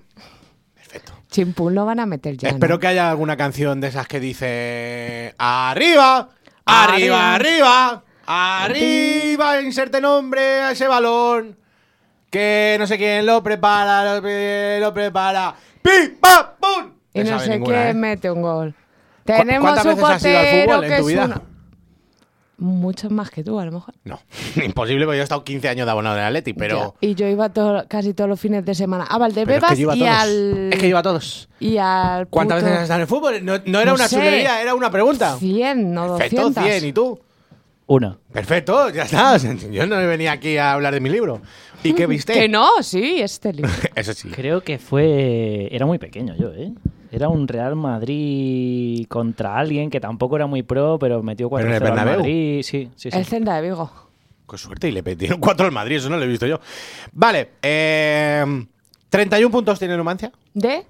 Perfecto.
Chimpún lo van a meter ya. ¿no?
Espero que haya alguna canción de esas que dice arriba, arriba, arriba, arriba, inserte nombre a ese balón. Que no sé quién lo prepara, lo, pre- lo prepara. ¡Pim, pam, pum!
Y no
sabe
sé
ninguna,
quién
¿eh?
mete un gol.
¿Cu-
Tenemos
¿Cuántas
un
veces has ido al
portero
fútbol
que
en tu
es
vida?
una- Muchos más que tú, a lo mejor.
No, imposible porque yo he estado 15 años de abonado en Atleti, pero...
Ya. Y yo iba todo- casi todos los fines de semana a
pero es
Valdebebas
que yo iba a
y
todos.
al.
Es que yo iba a todos.
Y al.
¿Cuántas
puto
veces has estado en el fútbol? No, no era
No
una
sé.
chulería, era una pregunta.
100, no 200.
Perfecto, 100. ¿Y tú?
Una.
Perfecto, ya está. Yo no venía aquí a hablar de mi libro. ¿Y qué viste?
Que no, sí, este libro.
Eso sí.
Creo que fue. Era muy pequeño yo, ¿eh? Era un Real Madrid contra alguien que tampoco era muy pro, pero metió cuatro
en el
al
Bernabéu.
Madrid. Sí, sí, sí.
El Celta de Vigo.
Con suerte y le metieron cuatro al Madrid, eso no lo he visto yo. Vale, eh, 31 puntos tiene Numancia.
¿De?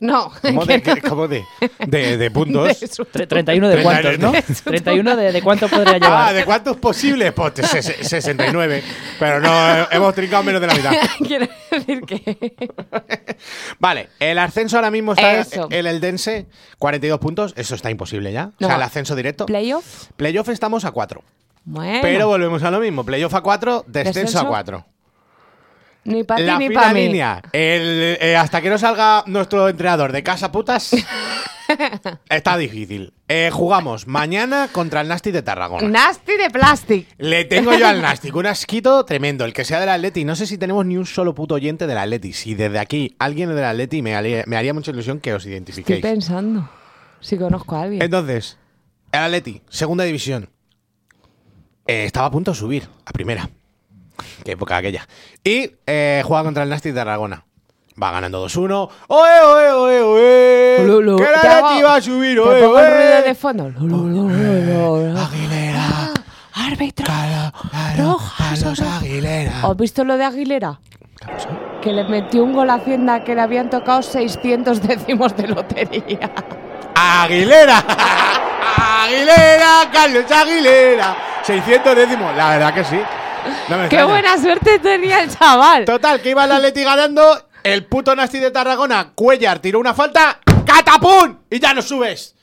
No.
¿Cómo
que
de, qué- cómo de, de- de puntos?
de su-
Tre- 31 de cuántos, ¿no? 31 de, de cuántos podría
Ah,
llevar.
¿de cuántos posibles? Pues de ses- 69. Pero no, eh, hemos trincado menos de la mitad.
Quiero decir que.
Vale, el ascenso ahora mismo está
Eso.
el Eldense, 42 puntos. Eso está imposible ya. O sea,
No.
el ascenso directo.
¿Playoff?
Playoff estamos a 4.
Bueno.
Pero volvemos a lo mismo. Playoff a 4, descenso, a
¿Descenso?
4.
ni para ti
La
ni
fina
para mí.
línea. El, eh, hasta que no salga nuestro entrenador de casa putas, está difícil. Eh, jugamos mañana contra el Nasty de Tarragona.
Nasty de plastic.
Le tengo yo al Nasty un asquito tremendo. El que sea del Atleti. No sé si tenemos ni un solo puto oyente del Atleti. Si desde aquí alguien del Atleti me, haría- me haría mucha ilusión que os
Estoy
identifiquéis.
pensando. Si conozco a alguien.
Entonces, el Atleti, segunda división. Eh, estaba a punto de subir a primera. Qué época aquella. Y eh, juega contra el Nasty de Aragona. Va ganando 2-1. ¡Oe, oe, oe, oe!
Lu, lu.
¡Que el
Te hago-
Atleti va a subir!
Te
¡Oe,
pongo el ruido
oe!
de fondo. Lu, lu, lu, lu, lu, lu.
Aguilera.
Árbitro.
Calo, calo, Carlos Aguilera.
¿Has visto lo de Aguilera? Que le metió un gol a Hacienda que le habían tocado 600 décimos de lotería.
¡Aguilera! ¡Aguilera! ¡Carlos Aguilera! 600 décimos. La verdad que sí. No me
¡Qué
extraña.
buena suerte tenía el chaval!
Total, que iba el Atleti ganando. El puto Nasty de Tarragona, Cuellar, tiró una falta. ¡Catapum! Y ya no subes.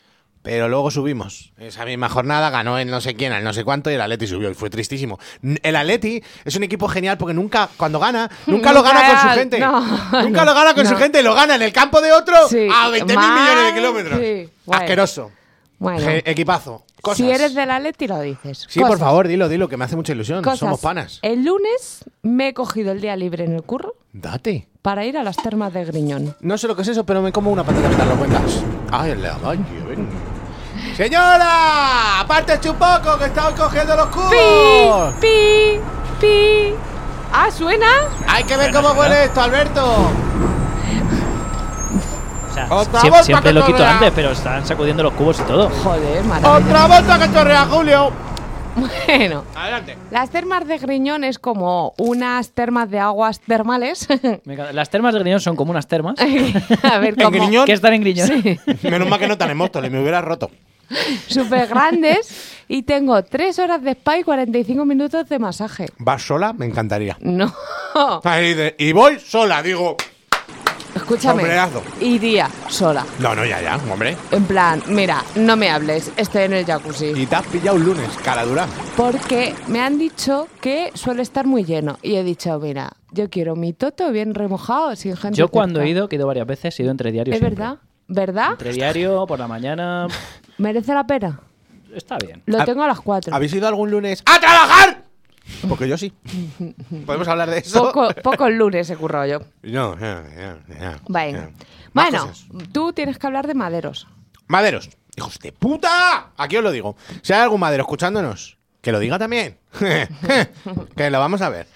Pero luego subimos. Esa misma jornada ganó el no sé quién, el no sé cuánto, y el Atleti subió. Y fue tristísimo. N- El Atleti es un equipo genial porque nunca, cuando gana, nunca lo gana con su gente.
No,
nunca
no,
lo gana con su
no.
gente, lo gana en el campo de otro
Sí,
a 20.000
mal,
millones de kilómetros.
sí, guay.
Asqueroso.
Bueno,
Je- Equipazo. eh, Cosas.
Si eres del Atleti, lo dices.
Sí, por
Cosas.
favor, dilo, dilo, que me hace mucha ilusión.
Cosas. Eh,
Somos panas.
El lunes me he cogido el día libre en el curro
Date.
para ir a las termas de Griñón.
No sé lo que es eso, pero me como una patata mientras lo cuentas. Ay, la vaya, ven. ¡Señora! ¡Aparte chupoco que estaba cogiendo los
¡Pi!
cubos!
¡Pi! ¡Pi! ¡Ah, suena!
Hay que ver cómo huele esto, Alberto.
O sea,
Otra
sie-
voz pa'
siempre
que
lo quito
corra.
antes, pero están sacudiendo los cubos y todo.
Joder, maravilla.
¡Otra vuelta que chorrea, Julio!
Bueno,
Adelante.
las termas de Griñón es como unas termas de aguas termales.
Me encanta. Las termas de Griñón son como unas termas
a ver, como
Griñón?
que están en Griñón.
Menos mal que no tan en Móstoles, me hubiera roto.
súper grandes y tengo 3 horas de spa y 45 minutos de masaje.
¿Vas sola? Me encantaría.
No,
Ahí de- y voy sola, digo.
escúchame.
Sombrerazo.
Iría sola.
No, no, ya, ya, hombre.
En plan, mira, no me hables, estoy en el jacuzzi.
Y te has pillado un lunes, cara dura.
Porque me han dicho que suele estar muy lleno. Y he dicho, mira, yo quiero mi toto bien remojado, sin gente.
Yo cuando he
cerca.
ido, que he ido varias veces, he ido entre diarios.
Es verdad, ¿verdad?
Entre diario, por la mañana.
Merece la pena.
Está bien.
Lo
Ah,
tengo a las 4.
¿Habéis ido algún lunes a trabajar? Porque yo sí. ¿Podemos hablar de eso?
Poco, pocos lunes he currado yo.
No, ya, ya, ya,
Venga.
ya. Más
Bueno,
cosas.
tú tienes que hablar de maderos.
Maderos. Hijos de puta. Aquí os lo digo. Si hay algún madero escuchándonos, que lo diga también. que lo vamos a ver.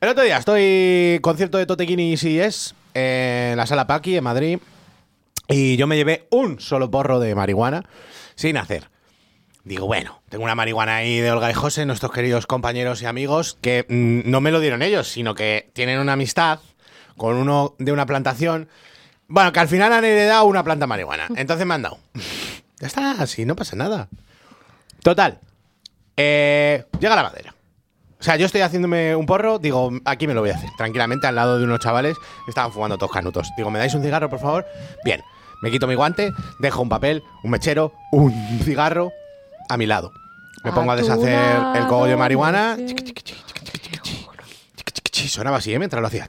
El otro día estoy concierto de Totequini y si es en la sala Paqui en Madrid y yo me llevé un solo porro de marihuana sin hacer. Digo, bueno, tengo una marihuana ahí de Olga y José, nuestros queridos compañeros y amigos, que mm, no me lo dieron ellos, sino que tienen una amistad con uno de una plantación. Bueno, que al final han heredado una planta marihuana.
Mm.
Entonces me han dado. Ya está, así, no pasa nada. Total. eh, llega la madera. O sea, yo estoy haciéndome un porro, digo, aquí me lo voy a hacer, tranquilamente, al lado de unos chavales, estaban fumando todos canutos. Digo, ¿me dais un cigarro, por favor? Bien, me quito mi guante, dejo un papel, un mechero, un cigarro a mi lado. Me
A
pongo a
tu
deshacer el cogollo de
lado,
marihuana.
sí.
Sonaba así, ¿eh? mientras lo hacía.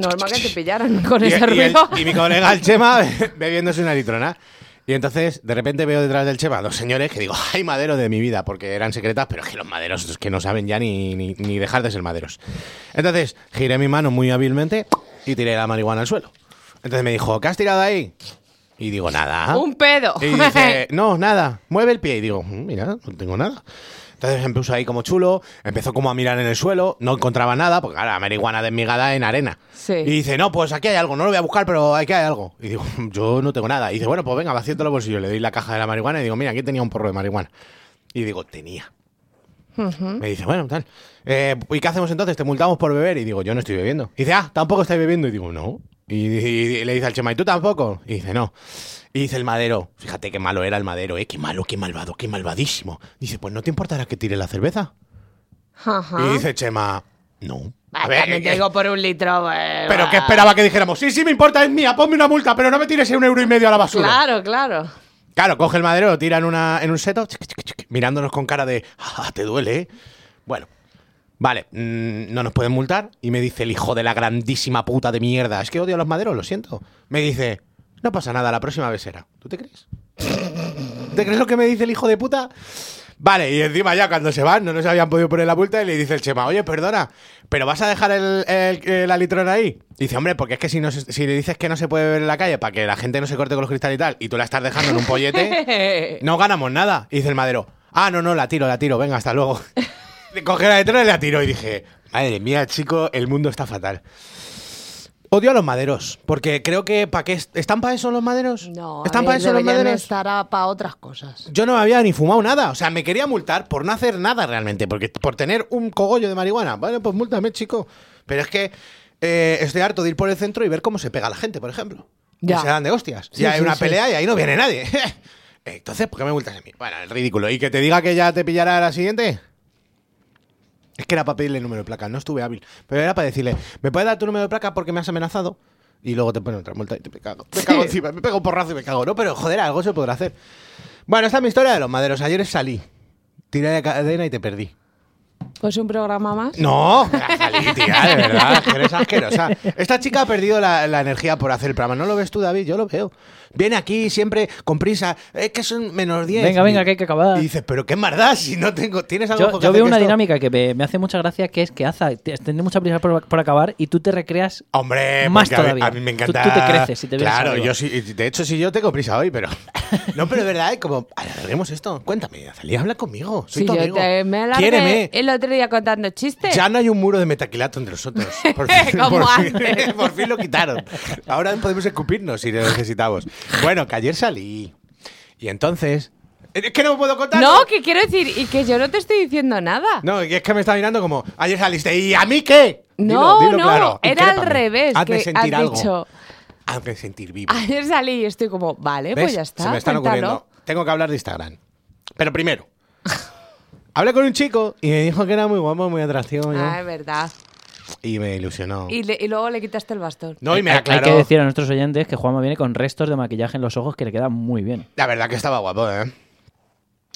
Normal que te pillaran con
Y-
ese
y, el-
ruido.
y mi colega el Chema bebiéndose una litrona. Y entonces, de repente veo detrás del Chema dos señores que digo, ¡ay, madero de mi vida! Porque eran secretas, pero es que los maderos es que no saben ya ni, ni, ni dejar de ser maderos. Entonces, giré mi mano muy hábilmente y tiré la marihuana al suelo. Entonces me dijo, ¿qué has tirado ahí? Y digo, nada.
Un pedo.
Y dice, no, nada, mueve el pie. Y digo, "Mm, mira, no tengo nada. Entonces me puso ahí como chulo, empezó como a mirar en el suelo, no encontraba nada, porque ahora la marihuana desmigada en arena.
Sí.
Y dice, no, pues aquí hay algo, no lo voy a buscar, pero aquí hay algo. Y digo, "Mm, yo no tengo nada. Y dice, bueno, pues venga, vaciando los bolsillos. Le doy la caja de la marihuana y digo, mira, aquí tenía un porro de marihuana. Y digo, tenía. Me dice, bueno, tal. Eh, ¿Y qué hacemos entonces? ¿Te multamos por beber? Y digo, yo no estoy bebiendo. Y dice, ah, tampoco estoy bebiendo. Y digo, no. Y, y- y le dice al Chema, ¿y tú tampoco? Y dice, no. Y dice el madero, fíjate qué malo era el madero, ¿eh? Qué malo, qué malvado, qué malvadísimo. Dice, pues no te importará que tire la cerveza.
Ajá.
Y dice Chema, no.
Vale, también te
eh,
digo por un litro. eh,
pero
va.
que esperaba que dijéramos, sí, sí, me importa, es mía, ponme una multa, pero no me tires un euro y medio a la basura.
Claro, claro.
Claro, coge el madero, lo tira en, una, en un seto, chiqui, chiqui, chiqui, mirándonos con cara de, ah, te duele, ¿eh?". Bueno, vale, mm, no nos pueden multar. Y me dice el hijo de la grandísima puta de mierda, es que odio a los maderos, lo siento. Me dice, no pasa nada, la próxima vez será. ¿Tú te crees? ¿Te crees lo que me dice el hijo de puta? Vale, y encima ya cuando se van, no nos habían podido poner la multa y le dice el Chema, oye, perdona, ¿pero vas a dejar el, el- eh, la litrona ahí? Dice, hombre, porque es que si, no, se- si le dices que no se puede beber en la calle para que la gente no se corte con los cristales y tal, y tú la estás dejando en un pollete, no ganamos nada. Y dice el madero, ah, no, no, la tiro, la tiro, venga, hasta luego. Le Coge la litrona y la tiro y dije, madre mía, chico, el mundo está fatal. Odio a los maderos, porque creo que para qué est- están para eso los maderos.
No, a
están
ver,
para eso los
deberían
maderos.
estar para otras cosas.
Yo no había ni fumado nada. O sea, me quería multar por no hacer nada realmente. Porque por tener un cogollo de marihuana. Bueno, pues múltame, chico. Pero es que eh, estoy harto de ir por el centro y ver cómo se pega la gente, por ejemplo.
Ya.
Y se dan de hostias.
Sí,
y hay
sí,
una
sí.
pelea y ahí no viene nadie. Entonces, ¿por qué me multas a mí? Bueno, es ridículo. ¿Y que te diga que ya te pillará la siguiente? Es que era para pedirle el número de placa, no estuve hábil. Pero era para decirle, ¿me puedes dar tu número de placa porque me has amenazado? Y luego te ponen otra multa y te cago. Me cago encima, me pego un porrazo y me cago. No, pero joder, algo se podrá hacer. Bueno, esta es mi historia de los maderos. Ayer salí, tiré la cadena y te perdí.
Pues un programa más.
No, salí, tía, de verdad, eres asquerosa. Esta chica ha perdido la, la energía por hacer el programa. ¿No lo ves tú, David? Yo lo veo. Viene aquí siempre con prisa. Es que son menos 10.
Venga, venga, que hay que acabar.
Y dices, pero qué maldad si no tengo. ¿Tienes algo
Yo,
mejor que
yo
hacer
veo
que
una
esto?
dinámica que me, me hace mucha gracia, que es que Aza te- tiene mucha prisa por, por acabar y tú te recreas
Hombre,
más
porque a mí-
todavía.
A mí me
Tú-
encanta.
Tú, te creces si te vienes
Claro,
arriba.
yo sí. De hecho, sí, yo tengo prisa hoy, pero. No, pero es verdad, es como. Haremos esto. Cuéntame, Azalía, habla conmigo. Soy
Si
tu
yo
amigo.
te- me alargué
Quiéreme.
el otro día contando chistes.
Ya no hay un muro de metaquilato entre nosotros. Por fin,
Como
por fin-
antes.
por fin lo quitaron. Ahora podemos escupirnos si lo necesitamos. Bueno, que ayer salí. Y entonces. eh, Es que no puedo contar.
No, que quiero decir, y que yo no te estoy diciendo nada.
No, y es que me está mirando como, ayer saliste, ¿y a mí qué?
No,
Dilo, dilo
no,
claro. ¿Y qué
era al
para mí?
revés.
Hazme
que has
sentir algo.
dicho,
Hazme sentir vivo.
ayer salí y estoy como, vale,
¿Ves?
pues ya está.
Se me están
cuéntalo.
ocurriendo. Tengo que hablar de Instagram. Pero primero, hablé con un chico y me dijo que era muy guapo, muy atractivo. ¿no?
Ah, es verdad.
Y me ilusionó.
Y, le- y luego le quitaste el bastón.
No, y me
Hay-
aclaró.
Hay que decir a nuestros oyentes que Juanma viene con restos de maquillaje en los ojos que le quedan muy bien.
La verdad que estaba guapo, ¿eh?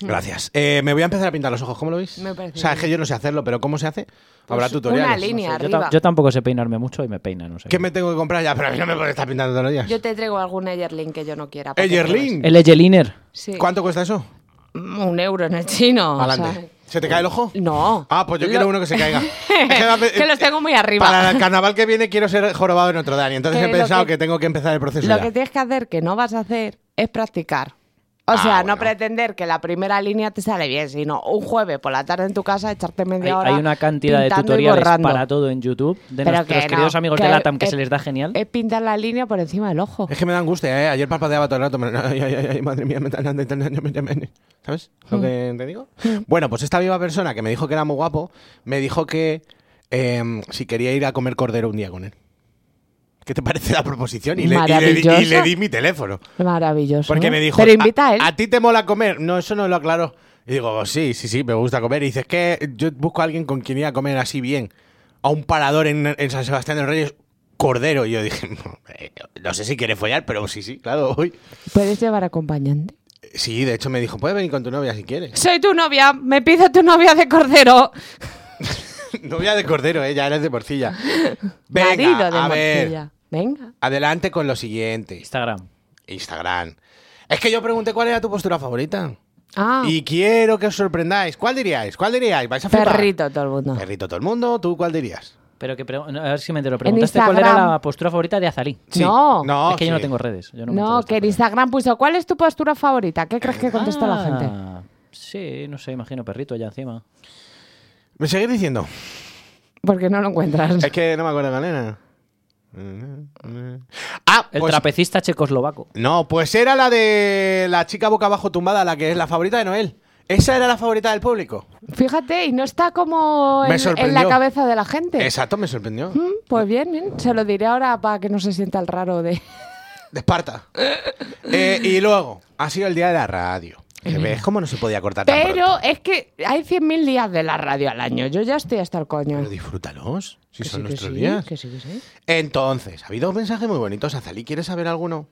Gracias. Eh, me voy a empezar a pintar los ojos. ¿Cómo lo veis?
Me parece
O sea, es
bien.
que yo no sé hacerlo, pero ¿cómo se hace? Habrá
Pues
tutoriales.
Una
no sé.
línea
Yo,
arriba.
ta- yo tampoco sé peinarme mucho y me peina, no sé.
¿Qué me tengo que comprar ya? Pero a mí no me puede estar pintando todos los días. Eh,
Yo te traigo algún Eyerlin que yo no quiera. para que
¡Eyerlin!
El Egeliner.
pruebes. Sí. Mm,
¿Cuánto cuesta eso?
Un euro en el chino. o
Adelante.
sea.
¿Se te cae el ojo?
No.
Ah, pues yo
Lo-
quiero uno que se caiga. Es va a pe-
Que los tengo muy arriba.
Para el carnaval que viene quiero ser jorobado en otro Dani. Entonces
Que
he
lo
pensado que...
que-
tengo que empezar el proceso.
Lo
ya.
que tienes que hacer, que no vas a hacer, es practicar. O
Ah,
sea,
bueno.
no pretender que la primera línea te sale bien, sino un jueves por la tarde en tu casa echarte
Hay,
media hora.
hay una cantidad de
pintando y
tutoriales
borrando.
para todo en YouTube de
Pero
nuestros
que no,
queridos amigos de
que
Latam que
es-
se les da genial.
Es pintar la línea por encima del ojo.
Es que me da angustia, ¿eh? Ayer parpadeaba todo el rato. pero- Ay, ay, ay, ay, madre mía, me da- me da- me da- ¿Sabes lo que te digo? Bueno, pues esta viva persona que me dijo que era muy guapo, me dijo que em, si quería ir a comer cordero un día con él. ¿Qué te parece la proposición? Y le, y le di- y le
Maravilloso.
di mi teléfono.
Maravilloso.
Porque
¿no?
me dijo, "Ah,
Pero invita a él.
ti te mola comer? No, eso no lo aclaró. Y digo, sí, sí, sí, me gusta comer. Y dices que yo busco a alguien con quien ir a comer así bien. A un parador en, en San Sebastián del Reyes, cordero. Y yo dije, "Eh, no sé si quieres follar, pero sí, sí, claro, voy.
¿Puedes llevar acompañante?
Sí, de hecho me dijo, puedes venir con tu novia si quieres.
Soy tu novia, me pido tu novia de cordero.
novia de cordero, eh, ya eres de porcilla. Venga,
Marido de
a ver.
morcilla. Venga.
Adelante con lo siguiente.
Instagram.
Instagram. Es que yo pregunté cuál era tu postura favorita.
Ah,
Y quiero que os sorprendáis. ¿Cuál diríais? ¿Cuál diríais? ¿Vais a flipar.
perrito todo el mundo.
Perrito todo el mundo, ¿tú cuál dirías?
Pero que pre- no, a ver si me entero. Preguntaste cuál era
Instagram.
la postura favorita de Azalí.
Sí. No.
es que yo no
sí.
tengo redes. Yo no, me entero
No,
de
que en
estas
Instagram puso, ¿cuál es tu postura favorita? ¿Qué crees que
cosas.
contesta la gente?
Ah, Sí, no sé, imagino perrito allá encima.
Me seguís diciendo.
Porque no lo encuentras.
Es que no me acuerdo de manera. Ah,
El
pues-
trapecista checoslovaco.
no, pues era la de la chica boca abajo tumbada, la que es la favorita de Noel. Esa era la favorita del público.
Fíjate, y no está como
Me
en, en
sorprendió.
la cabeza de la gente.
Exacto, me sorprendió.
Mm, Pues bien, bien, se lo diré ahora para que no se sienta el raro de...
De Esparta. Eh, y luego, ha sido el día de la radio. Que ¿Ves cómo no se podía cortar tan pronto?
Pero es que hay 100.000 días de la radio al año. Yo ya estoy hasta el coño.
Pero disfrútalos, si
Que sí,
son
que
nuestros
sí,
días.
que sí, que sí.
Entonces, ha habido mensajes muy bonitos. Azalí, ¿quieres saber alguno?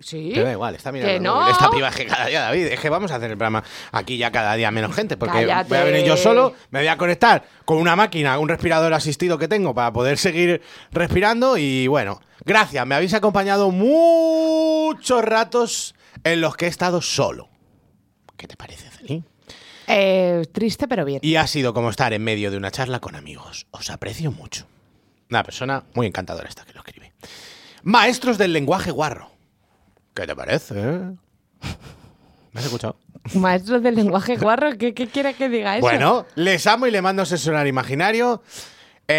Sí.
Te da igual, está mirando
Que
el
no.
móvil. Esta piba es que cada día, David, es que vamos a hacer el programa aquí ya cada día menos gente, porque
Cállate.
voy a venir yo solo, me voy a conectar con una máquina, un respirador asistido que tengo para poder seguir respirando y bueno, gracias, me habéis acompañado muchos ratos en los que he estado solo. ¿Qué te parece, Celine?
Eh, triste, pero bien.
Y ha sido como estar en medio de una charla con amigos. Os aprecio mucho. Una persona muy encantadora esta que lo escribe. Maestros del lenguaje guarro. ¿Qué te parece? eh? ¿Me has escuchado?
Maestro del lenguaje guarro, ¿qué, qué quiere que diga eso?
Bueno, les amo y le mando ese sonar imaginario.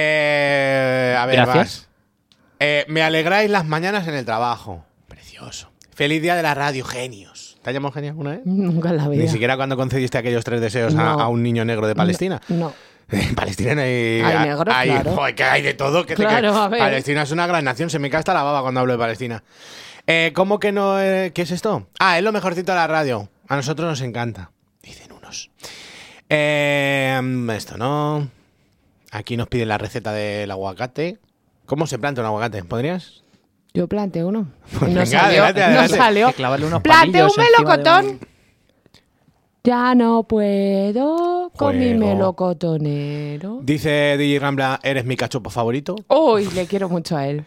Eh, a ver,
Gracias.
vas. Eh, me alegráis las mañanas en el trabajo. Precioso. Feliz día de la radio, genios. ¿Te has llamado genio alguna vez?
Nunca en la vida.
Ni siquiera cuando concediste aquellos tres deseos a-
No.
a un niño negro de Palestina.
No.
En Palestina no hay.
Hay negros,
hay-
claro.
joder, que hay de todo. Que te-
Claro,
que-
a ver.
Palestina es una gran nación. Se me cae hasta la baba cuando hablo de Palestina. Eh, ¿Cómo que no.? eh, ¿Qué es esto? Ah, es lo mejorcito de la radio. A nosotros nos encanta. Dicen unos. Eh, esto no. Aquí nos piden la receta del aguacate. ¿Cómo se planta un aguacate? ¿Podrías?
Yo planteé uno. Y
Pues Venga,
no salió.
adelante,
no
adelante.
salió.
Que clavarle unos
Planteé un
palillos encima de
melocotón.
un-
Ya no puedo con mi
Juego.
melocotonero.
Dice DJ Rambla, eres mi cachopo favorito.
Uy, le quiero mucho a él.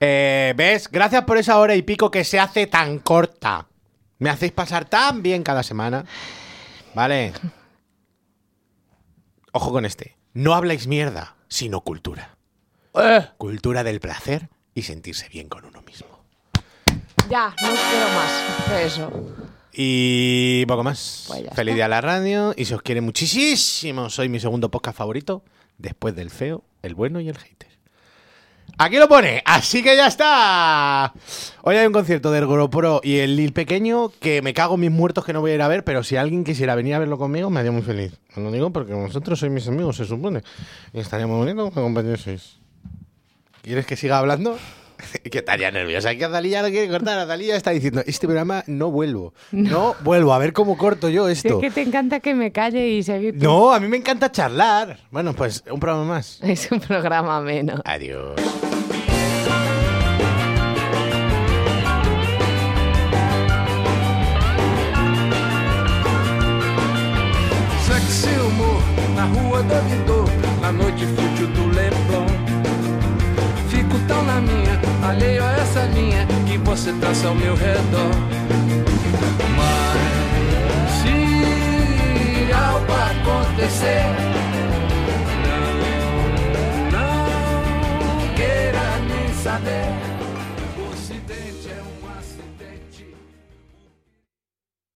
Eh, ¿Ves? Gracias por esa hora y pico que se hace tan corta. Me hacéis pasar tan bien cada semana. Vale. Ojo con este. No habláis mierda, sino cultura.
Eh.
Cultura del placer y sentirse bien con uno mismo.
Ya, no quiero más de eso.
Y poco más.
Pues ya
Feliz día a la radio y se os quiere muchísimo. Soy mi segundo podcast favorito después del feo, el bueno y el hater. Aquí lo pone, así que ya está. Hoy hay un concierto del GoPro y el Lil Pequeño que me cago en mis muertos que no voy a ir a ver, pero si alguien quisiera venir a verlo conmigo, me haría muy feliz. Os Lo digo porque vosotros sois mis amigos, se supone. Y estaría muy bonito que acompañaseis. ¿Quieres que siga hablando? que estaría nerviosa. Que Azalía no quiere cortar. Azalía está diciendo, este programa no vuelvo. No, vuelvo. A ver cómo corto yo
Si es
esto.
que te encanta que me calle y seguir. tú.
No, a mí me encanta charlar. Bueno, pues un programa más.
Es un programa menos.
Adiós.
Sexy humor na rua da Vidor, na noite fútil do Leblon. Fico tão na minha, alheio a essa linha que você traça ao meu redor. Mas se algo acontecer, é um